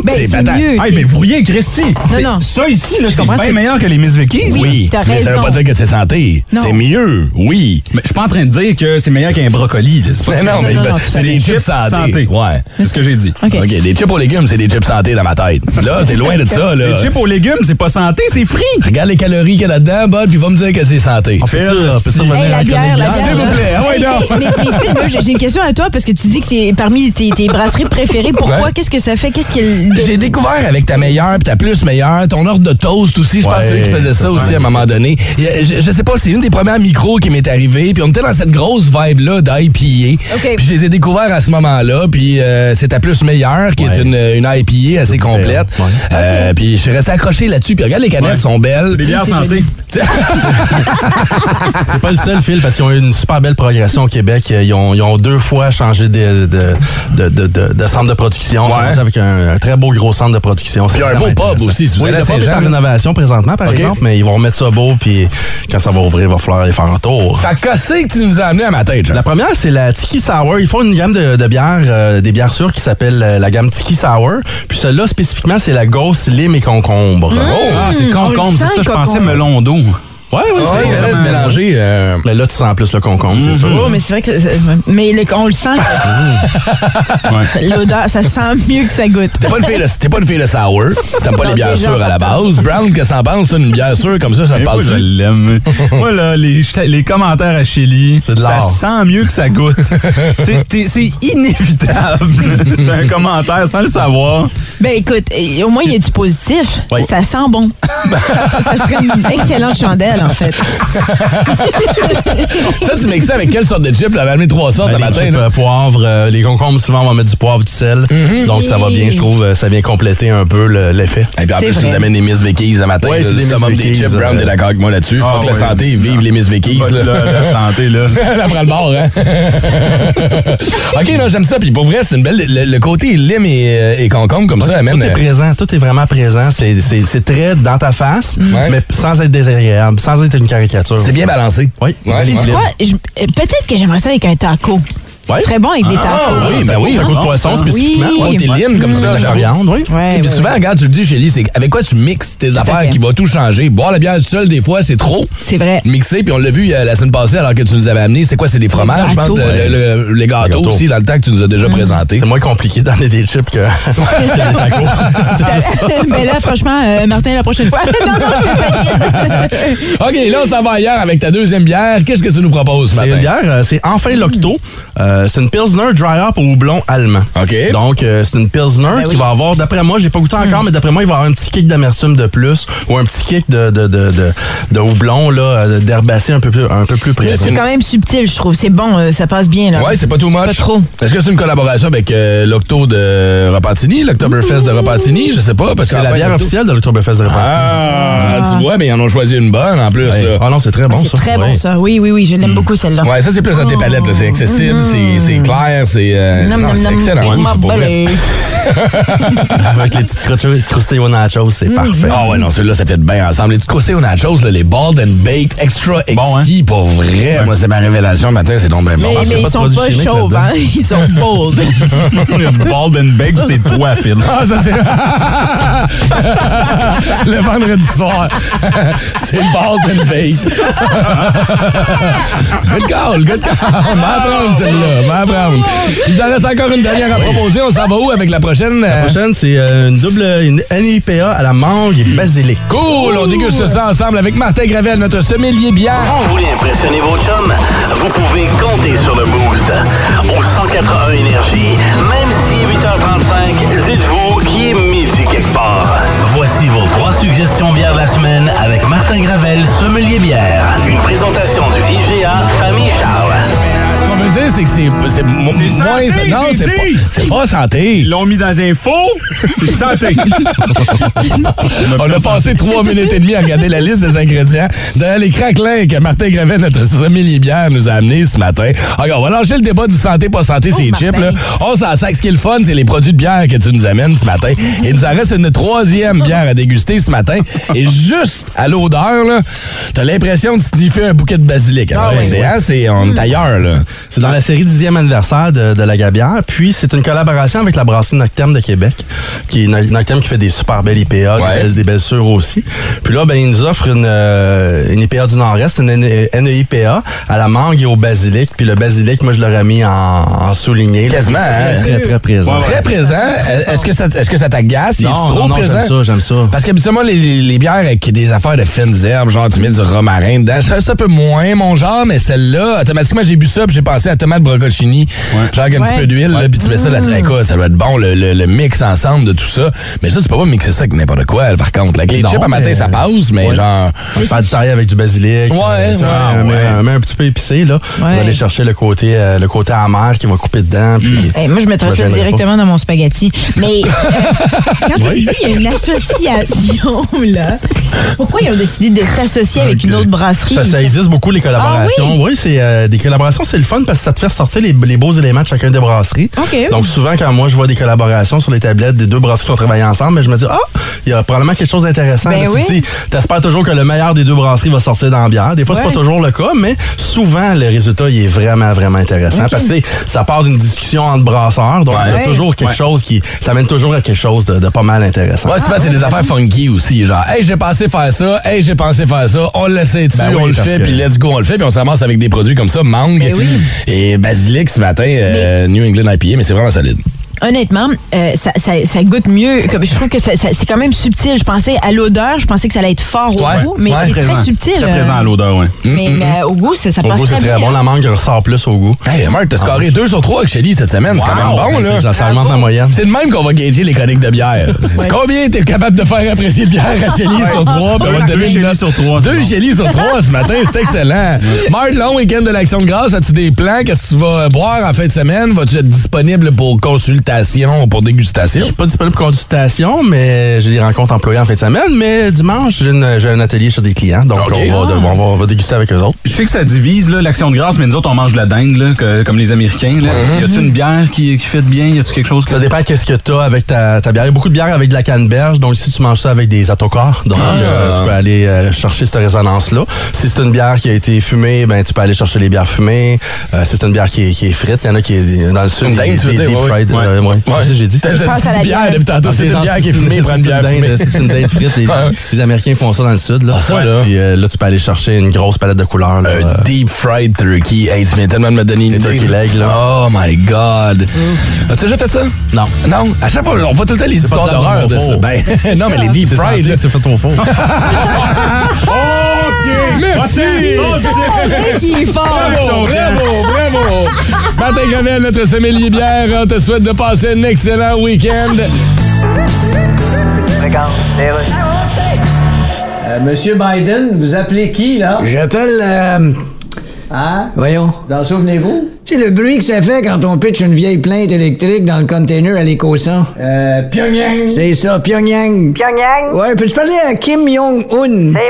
S7: Ben, c'est
S3: patent.
S7: mieux,
S6: Hey,
S7: c'est-
S6: mais brouillé, Christy. C'est-
S7: non.
S6: Ça ici, là,
S7: Je
S6: c'est
S7: comprends ce
S6: bien
S7: que-
S6: meilleur que les Miss Vickies.
S7: Oui, Oui, t'as
S3: Mais ça veut
S7: raison.
S3: pas dire que c'est santé.
S7: Non.
S3: C'est mieux, oui.
S6: Mais je suis pas en train de dire que c'est meilleur qu'un brocoli. là. C'est pas
S3: Mais non, mais
S6: c'est
S3: c'est- c'est des chips santé. Ouais.
S6: C'est ce que j'ai dit.
S3: OK, des chips aux légumes, c'est des chips santé dans ma tête. Là, t'es loin de ça, là.
S6: Les chips aux légumes, c'est pas santé, c'est frit.
S3: Regarde les calories qu'il y a là-dedans, bud, puis va me dire que c'est santé.
S6: On fait ça, on peut ça
S7: Hey,
S6: revenir
S7: la
S6: à
S7: bière, la
S6: Canadian.
S7: bière.
S6: S'il vous
S7: là.
S6: plaît, ah ouais,
S7: Hey,
S6: non.
S7: Mais, mais Phil, là, j'ai j'ai une question à toi parce que tu dis que c'est parmi tes, tes brasseries préférées. Pourquoi?
S3: Ouais.
S7: Qu'est-ce que ça fait? Qu'est-ce qu'il.
S3: J'ai découvert avec ta meilleure puis ta plus meilleure, ton ordre de toast aussi. Je pense que c'est eux qui faisaient
S13: ça,
S3: ça
S13: c'est
S3: aussi à un
S13: vrai.
S3: moment donné. Et, euh, Je, je sais pas, c'est une des premières micros qui m'est arrivée. Puis on était dans cette grosse vibe-là d'IPA.
S7: OK.
S3: Puis je les ai découverts à ce moment-là. Puis euh, c'est ta plus meilleure qui est
S13: Ouais.
S3: une, une IPA assez complète.
S13: Ouais.
S3: Euh, puis je suis resté accroché là-dessus. Puis regarde, les canettes
S6: Ouais.
S3: sont belles.
S6: Les bières santé.
S13: T'es pas le seul, Phil, parce qu'ils ont eu une super belle progression au Québec. Ils ont, ils ont deux fois changé de, de, de, de, de- de centre de production. Ils sont rendus Avec un, un très beau gros centre de production. C'est
S3: Puis un
S13: vraiment
S3: beau pub
S13: intéressant.
S3: aussi, si vous
S13: oui,
S3: allez à
S13: le pub est
S3: Saint-Jean,
S13: en
S3: là.
S13: rénovation présentement, par
S3: OK.
S13: exemple, mais ils vont remettre ça beau, puis quand ça va ouvrir, il va falloir les faire un tour.
S3: Fait que c'est que tu nous as amené à ma tête, Jean?
S13: La première, c'est la Tiki Sour. Ils font une gamme de, de bières, euh, des bières sûres qui s'appelle euh, la gamme Tiki Sour. Puis celle-là, spécifiquement, c'est la Ghost Lime et Concombre.
S3: Oh,
S6: Ah, c'est
S7: on le
S6: concombre, c'est
S7: sent,
S6: ça, je
S7: le
S6: pensais
S7: concombre.
S6: melon d'eau.
S3: Eh,
S13: Ouais, ouais,
S3: Ouais,
S13: c'est
S3: ça reste
S13: vraiment-
S3: mélangé. euh,
S13: Mais là, tu sens plus le concombre,
S12: Mhm.
S13: c'est sûr.
S7: Oh, mais c'est vrai que. Mais le- on le sent. L'odeur, ça sent mieux que ça goûte.
S3: T'es pas une fille de, t'es pas une fille de sour. T'aimes pas les
S7: Non,
S3: bières
S7: déjà,
S3: sûres à la base. Brown, qu'est-ce que t'en penses, ça, une bière sûre comme ça, ça te
S6: Mais Eh, moi,
S3: parle
S6: je
S3: du.
S6: l'aime. moi, là, les, jeta- les commentaires à Chili,
S13: de
S6: ça
S13: l'art.
S6: sent mieux que ça goûte. C'est- t'es- c'est inévitable. T'as un commentaire sans le savoir.
S7: Ben écoute, eh, au moins il y a du positif.
S6: Oui.
S7: Ça sent bon. ça serait une excellente chandelle, en fait.
S3: Ça, tu mets ça avec quelle sorte de chip? Là, amené trois sortes
S13: Ben,
S3: le
S13: les
S3: Ah, matin.
S13: chips,
S3: là.
S13: euh, poivre, euh, les concombres, souvent, on va mettre du poivre, du sel.
S3: Mhm.
S13: Donc, ça va bien, je trouve. euh, Ça vient compléter un peu le- l'effet.
S3: Et puis en
S7: C'est
S3: plus, tu nous
S7: vrai.
S3: amènes les Miss Vickies le matin.
S13: Ouais,
S3: là,
S13: c'est des
S3: le
S13: Miss
S3: summum des
S13: Vickies,
S3: chips. Brown,
S13: euh,
S3: t'es d'accord avec moi là-dessus.
S6: ah,
S3: Fuck la
S6: ouais.
S3: santé, vive les Miss Vickies.
S13: Bah,
S6: Pas de
S3: là.
S6: la, la santé, là.
S3: Elle prend le bord, hein? OK, non, j'aime ça. Puis pour vrai, c'est une belle. Le, le côté lime et, euh, et concombre, comme ça, amène.
S13: Tout est
S3: euh,
S13: présent, tout est vraiment présent. C'est- C'est c'est très dans ta face,
S3: Ouais.
S13: mais sans être désagréable, sans sans être une caricature.
S3: C'est bien balancé.
S13: Oui.
S7: C'est
S13: Ouais.
S7: quoi? Je- euh, Peut-être que j'aimerais ça avec un taco.
S13: Ouais.
S7: C'est très bon avec des tacos.
S3: Ah, oui, ben oui. ben
S13: Taco de poisson, spécifiquement.
S3: Ouais, t'es
S13: Ouais.
S3: libre comme ça,
S13: Mmh.
S3: j'avoue.
S13: Viande, oui.
S7: Ouais,
S3: Et puis
S7: ouais,
S3: souvent,
S7: ouais.
S3: regarde, tu le dis, Chélie, c'est avec quoi tu mixes tes affaires qui va tout changer. Boire la bière toute seule, des fois, c'est trop.
S7: C'est vrai.
S3: Mixer, puis on l'a vu euh, la semaine passée, alors que tu nous avais amené, c'est quoi, c'est des Hum. fromages, je pense,
S13: gâteaux.
S3: le- le- le- les gâteaux,
S13: Les gâteaux.
S3: aussi, dans le temps que tu nous as déjà présenté.
S13: C'est moins compliqué d'amener des chips que, que des tacos. C'est juste ça.
S7: Mais là, franchement, euh, Martin, la prochaine fois. non, non, je te
S3: OK, là, on s'en va ailleurs avec ta deuxième bière. Qu'est-ce que tu nous proposes ce
S13: C'est
S3: matin?
S13: une bière, euh, c'est enfin l'octo. Euh, c'est une Pilsner dry up au houblon allemand. Donc, euh, c'est une Pilsner
S7: Ben
S13: qui va avoir, d'après moi, j'ai pas goûté
S7: Hmm.
S13: encore, mais d'après moi, il va avoir un petit kick d'amertume de plus ou un petit kick de, de, de, de, de houblon, là, euh, d'herbacé un peu plus, un peu plus
S7: Mais
S13: présent.
S7: C'est quand même subtil, je trouve. C'est bon, euh, ça passe bien. là.
S3: Ouais, c'est pas too much.
S7: Pas trop.
S3: Est-ce que c'est une collaboration avec euh, l'Octo de Repentigny, l'Octoberfest de Repentigny? Je sais pas. parce que
S13: C'est la bière officielle de l'Octoberfest de Repentigny.
S3: Ah, tu vois, mais ils en ont choisi une bonne en plus. là.
S13: Ah non, c'est très bon,
S7: C'est
S13: ça.
S7: très bon,
S13: Oui.
S7: ça. Oui, oui, oui, je l'aime beaucoup, celle-là.
S3: Mm. Ouais, ça c'est plus à tes palettes, là. c'est accessible, c'est- c'est clair, c'est euh,
S7: Mm-hmm.
S3: non,
S7: Nom, nom, bah,
S3: c'est
S7: nom.
S3: excellent.
S7: Ma
S3: c'est pour vrai.
S7: belée.
S13: Avec les petites croustilles- croustilles au nachos, c'est
S7: Mhm.
S13: parfait.
S3: Ah ouais, non, celui-là, ça fait de bien ensemble. Les petits croustilles aux nachos, là, les bald and baked, extra
S13: Bon, hein?
S3: exquis, pour vrai. Moi, c'est ma révélation le matin, c'est donc bien bon.
S7: Mais,
S3: Parce qu'il
S7: mais
S3: y a
S7: ils
S3: de
S7: sont
S3: produits
S7: Ah, pas
S3: chimiques
S7: chauves,
S3: là-dedans.
S7: hein? Ils sont bold.
S6: Bald and Big, c'est toi, Phil.
S3: Ah, ça c'est. le vendredi soir. c'est Balls and Baked. good call, good call. M'apprendre celle-là, m'apprendre. Il nous en reste encore une dernière à proposer. On s'en va où avec la prochaine?
S13: La
S3: euh,
S13: prochaine, c'est euh, une double une NIPA à la mangue et basilic.
S3: Cool, on déguste ça ensemble avec Martin Gravel, notre sommelier bière.
S2: Vous voulez impressionner vos chums? Vous pouvez compter sur le boost. Au 181 Énergie, même si 8h35, dites-vous qu'il est midi quelque part. Voici vos trois suggestions bières de la semaine avec Martin Gravel, sommelier bière. Une présentation du IGA Famille Charles.
S3: Euh, Ce qu'on veut dire, c'est que c'est c'est mo- moins...
S6: santé,
S3: non,
S6: j'ai
S3: c'est pas,
S6: dit!
S3: c'est pas santé. Ils
S6: l'ont mis dans un faux, c'est santé.
S3: On a passé trois minutes et demie à regarder la liste des ingrédients derrière les craquelins que Martin Gravel, notre sommelier bière, nous a amené ce matin. OK, on va lâcher le débat du santé, pas santé, c'est chip. Là. On s'en sac. Ce qui est le fun, c'est les produits de bière que tu nous amènes ce matin. Et il nous en reste une troisième bière à déguster ce matin. Et juste à l'odeur, là, t'as l'impression de sniffer un bouquet de basilic. Alors,
S13: oui.
S3: c'est, hein, c'est- on est ailleurs, là.
S13: C'est dans la série 10e anniversaire de, de la Gabière. Puis, c'est une collaboration avec la brasserie Noctem de Québec, qui est une, une Noctem qui fait des super belles IPA, des, belles, des belles sûres aussi. Puis là, ben, ils nous offrent une, euh, une IPA du Nord-Est, une N- E NEIPA à la mangue et au basilic. Puis le basilic, moi, je l'aurais mis en, en souligné. là.
S3: Quasiment, hein?
S13: Très, très, très présent.
S3: Très présent. Euh, Est-ce que ça, est-ce que ça t'agace? Il est
S13: Non,
S3: trop
S13: non, non,
S3: présent?
S13: j'aime ça, j'aime ça.
S3: Parce qu'habituellement, les, les- les bières avec des affaires de fines herbes, genre tu mets du romarin dedans, ça, ça peut moins mon genre, mais celle-là, automatiquement, j'ai bu ça puis j'ai pensé à tomate broccolini, genre avec un petit
S7: Ouais.
S3: peu d'huile, là, puis tu mets ça là-dessus. Écoute, ça doit être bon, le, le- le mix ensemble de tout ça. Mais ça, tu peux pas mixer ça avec n'importe quoi, par contre. Avec les
S13: Non,
S3: chips, à matin,
S13: mais-
S3: ça passe, mais
S13: Ouais.
S3: genre...
S13: On fait du taille avec du basilic.
S3: Ouais,
S13: euh, tu vois,
S3: ouais,
S13: on met-
S3: ouais.
S13: on met un petit peu épicé, là. On va
S7: Ouais.
S13: aller chercher le côté, euh, le côté amer qui va couper dedans.
S3: Mm.
S13: Puis,
S7: Hey, Eh, moi, je mettrais ça
S13: gênerai pas.
S7: directement dans mon spaghetti. Mais euh, quand tu
S13: Oui.
S7: dis qu'il y a une association, là, pourquoi ils ont décidé de s'associer avec une autre brasserie?
S13: Ça, ça existe beaucoup, les collaborations.
S7: Ah oui?
S13: oui, c'est euh, des collaborations, c'est le fun parce que ça te fait sortir les, les beaux éléments de chacun des brasseries.
S7: OK.
S13: Donc, souvent, quand moi, je vois des collaborations sur les tablettes des deux brasseries qui ont travaillé ensemble, ben, je me dis, ah, il y a probablement quelque chose d'intéressant.
S7: Ben
S13: Là,
S7: oui.
S13: Tu te dis, t'espères toujours que le meilleur des deux brasseries va sortir dans la bière. Des fois, c'est
S7: Ouais.
S13: pas toujours le cas, mais souvent, le résultat, il est vraiment, vraiment intéressant parce que c'est- ça part d'une discussion entre brasseurs. Donc, il y a
S7: Ouais.
S13: toujours quelque chose qui, ça mène toujours à quelque chose de, de pas mal intéressant.
S3: Ouais, souvent, c'est des affaires funky aussi. Genre, hey, j'ai pensé faire ça, hey, j'ai pensé faire ça, on l'essaie dessus,
S13: Ben oui,
S3: on le
S13: parce
S3: fait,
S13: que-
S3: puis let's go, on le fait, puis on se ramasse avec des produits comme ça, mangue et basilic ce matin, euh, New England IPA, mais c'est vraiment solide.
S7: Honnêtement, euh, ça, ça- ça goûte mieux. Comme, je trouve que ça- ça- c'est quand même subtil. Je pensais à l'odeur, je pensais que ça allait être fort
S13: Ouais.
S7: au goût, mais
S13: Ouais.
S7: c'est très
S13: Présent.
S7: subtil. euh.
S13: Très présent à l'odeur, ouais.
S7: Mais, mais, euh, au goût, ça, ça
S13: Au
S7: passe
S13: goût, c'est très
S7: bien.
S13: bon. La mangue ressort plus au goût.
S3: Hey, Marc, t'as scoré 2 sur 3 avec Shelly cette semaine, c'est quand même bon,
S13: Ah, Ben,
S3: là.
S13: c'est- Ça augmente la moyenne.
S3: C'est de même qu'on va gager les chroniques de bière. C'est Combien t'es capable de faire apprécier de bière à Shelly sur Ben, 3?
S6: Ouais, deux Shellys sur trois, c'est
S3: Deux
S6: bon.
S3: Shelly sur 3 ce matin, c'est excellent. Marc, long week-end de l'Action de grâce, as-tu des plans? Qu'est-ce que tu vas boire en fin de semaine? Vas-tu être disponible pour consultation? consultation pour dégustation?
S13: Je suis pas disponible pour consultation, mais j'ai des rencontres employées en fin de semaine. Mais dimanche, j'ai, une- j'ai un atelier chez des clients, donc
S6: Ok. Ah.
S13: on, va, de- on va- on va déguster avec eux autres.
S6: Je sais que ça divise, là, l'action de grâce, mais nous autres, on mange de la dinde, là, que- comme les Américains. Là. Y a-tu une bière qui, qui fait de bien? Y a-tu quelque chose que...
S13: Mhm. Ça dépend qu'est-ce que t'as avec ta, ta bière. Il y a beaucoup de bières avec de la canneberge, donc si tu manges ça avec des atocars, donc
S6: Ah.
S13: euh, tu peux aller euh, chercher cette résonance-là. Si c'est une bière qui a été fumée, ben tu peux aller chercher les bières fumées. Euh, si c'est une bière qui est, qui est frite, il y en a qui est dans le sud,
S3: Une
S13: des-
S3: dinde, tu veux
S13: des-
S3: dire,
S13: des
S3: ouais,
S13: fried,
S3: ouais.
S13: euh, ouais.
S3: Ouais.
S13: Qu'est-ce que j'ai dit.
S3: T'as- t'as dit une bière depuis tantôt,
S13: Ah,
S3: c'est une bière qui est fumée, prends une bière
S13: dinde,
S3: fumée. Ah,
S13: C'est une dinde frite, les, les Américains font ça dans le sud. Là,
S3: ça, là.
S13: Puis, euh, là, tu peux aller chercher une grosse palette de couleurs. Là, euh,
S3: Un deep fried turkey. Hey, tu viens tellement de me donner une idée.
S13: turkey leg,
S3: Oh
S13: là.
S3: my God. As-tu déjà fait ça?
S13: Non.
S3: Non? À chaque fois, on voit tout le temps les
S13: C'est
S3: histoires
S13: pas de la
S3: d'horreur de
S13: maman
S3: ça.
S13: faux.
S3: Ben, non, mais les deep
S13: C'est
S3: fried.
S13: santé
S3: là.
S13: que C'est fait ton faux.
S6: OK!
S3: Merci!
S6: qui est fort!
S3: Bravo, bravo, bravo! Martin Gravel, notre sommelier bière, on te souhaite de passer un excellent week-end.
S8: Euh, Monsieur Biden, vous appelez qui, là?
S15: J'appelle. euh,
S8: Hein?
S15: voyons.
S8: Vous en souvenez-vous?
S15: C'est le bruit que ça fait quand on pitch une vieille plainte électrique dans le container à l'éco-sang.
S8: Euh, Pyongyang.
S15: C'est ça, Pyongyang. Pyongyang. Ouais, peux-tu parler à Kim Jong-un? C'est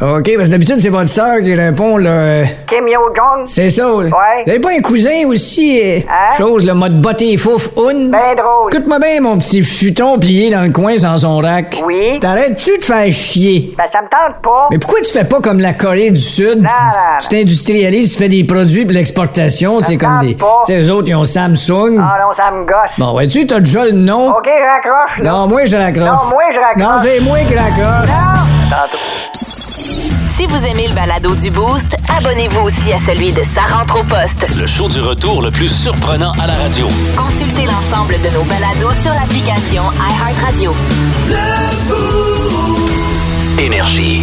S8: Oh.
S15: moi. OK, parce que d'habitude, c'est votre sœur qui répond, là. euh,
S16: Kim Yo-Jong.
S15: C'est ça, là.
S16: Ouais.
S15: Vous avez pas un cousin aussi? euh,
S12: Hein?
S15: Chose, le mode botté fouf un? Ben drôle. Écoute-moi bien, mon petit futon plié dans le coin sans son rack. Oui. T'arrêtes-tu de faire chier?
S16: Ben, ça me tente pas.
S15: Mais pourquoi tu fais pas comme la Corée du Sud?
S9: Ah,
S15: Tu- Tu t'industrialises, tu fais des produits pour l'exportation, c'est comme des. Tu sais, eux autres, ils ont Samsung.
S16: Ah non, ça me gosse.
S15: Bon, vois-tu, t'as déjà le nom.
S9: Oh,
S16: OK, je raccroche, là.
S15: Non, moi, je raccroche.
S16: Non, moi, je raccroche.
S15: Non, c'est moi qui raccroche.
S17: Si vous aimez le balado du Boost, abonnez-vous aussi à celui de Sa rentre au poste.
S2: Le show du retour le plus surprenant à la radio.
S17: Consultez l'ensemble de nos balados sur l'application iHeartRadio.
S2: Énergie.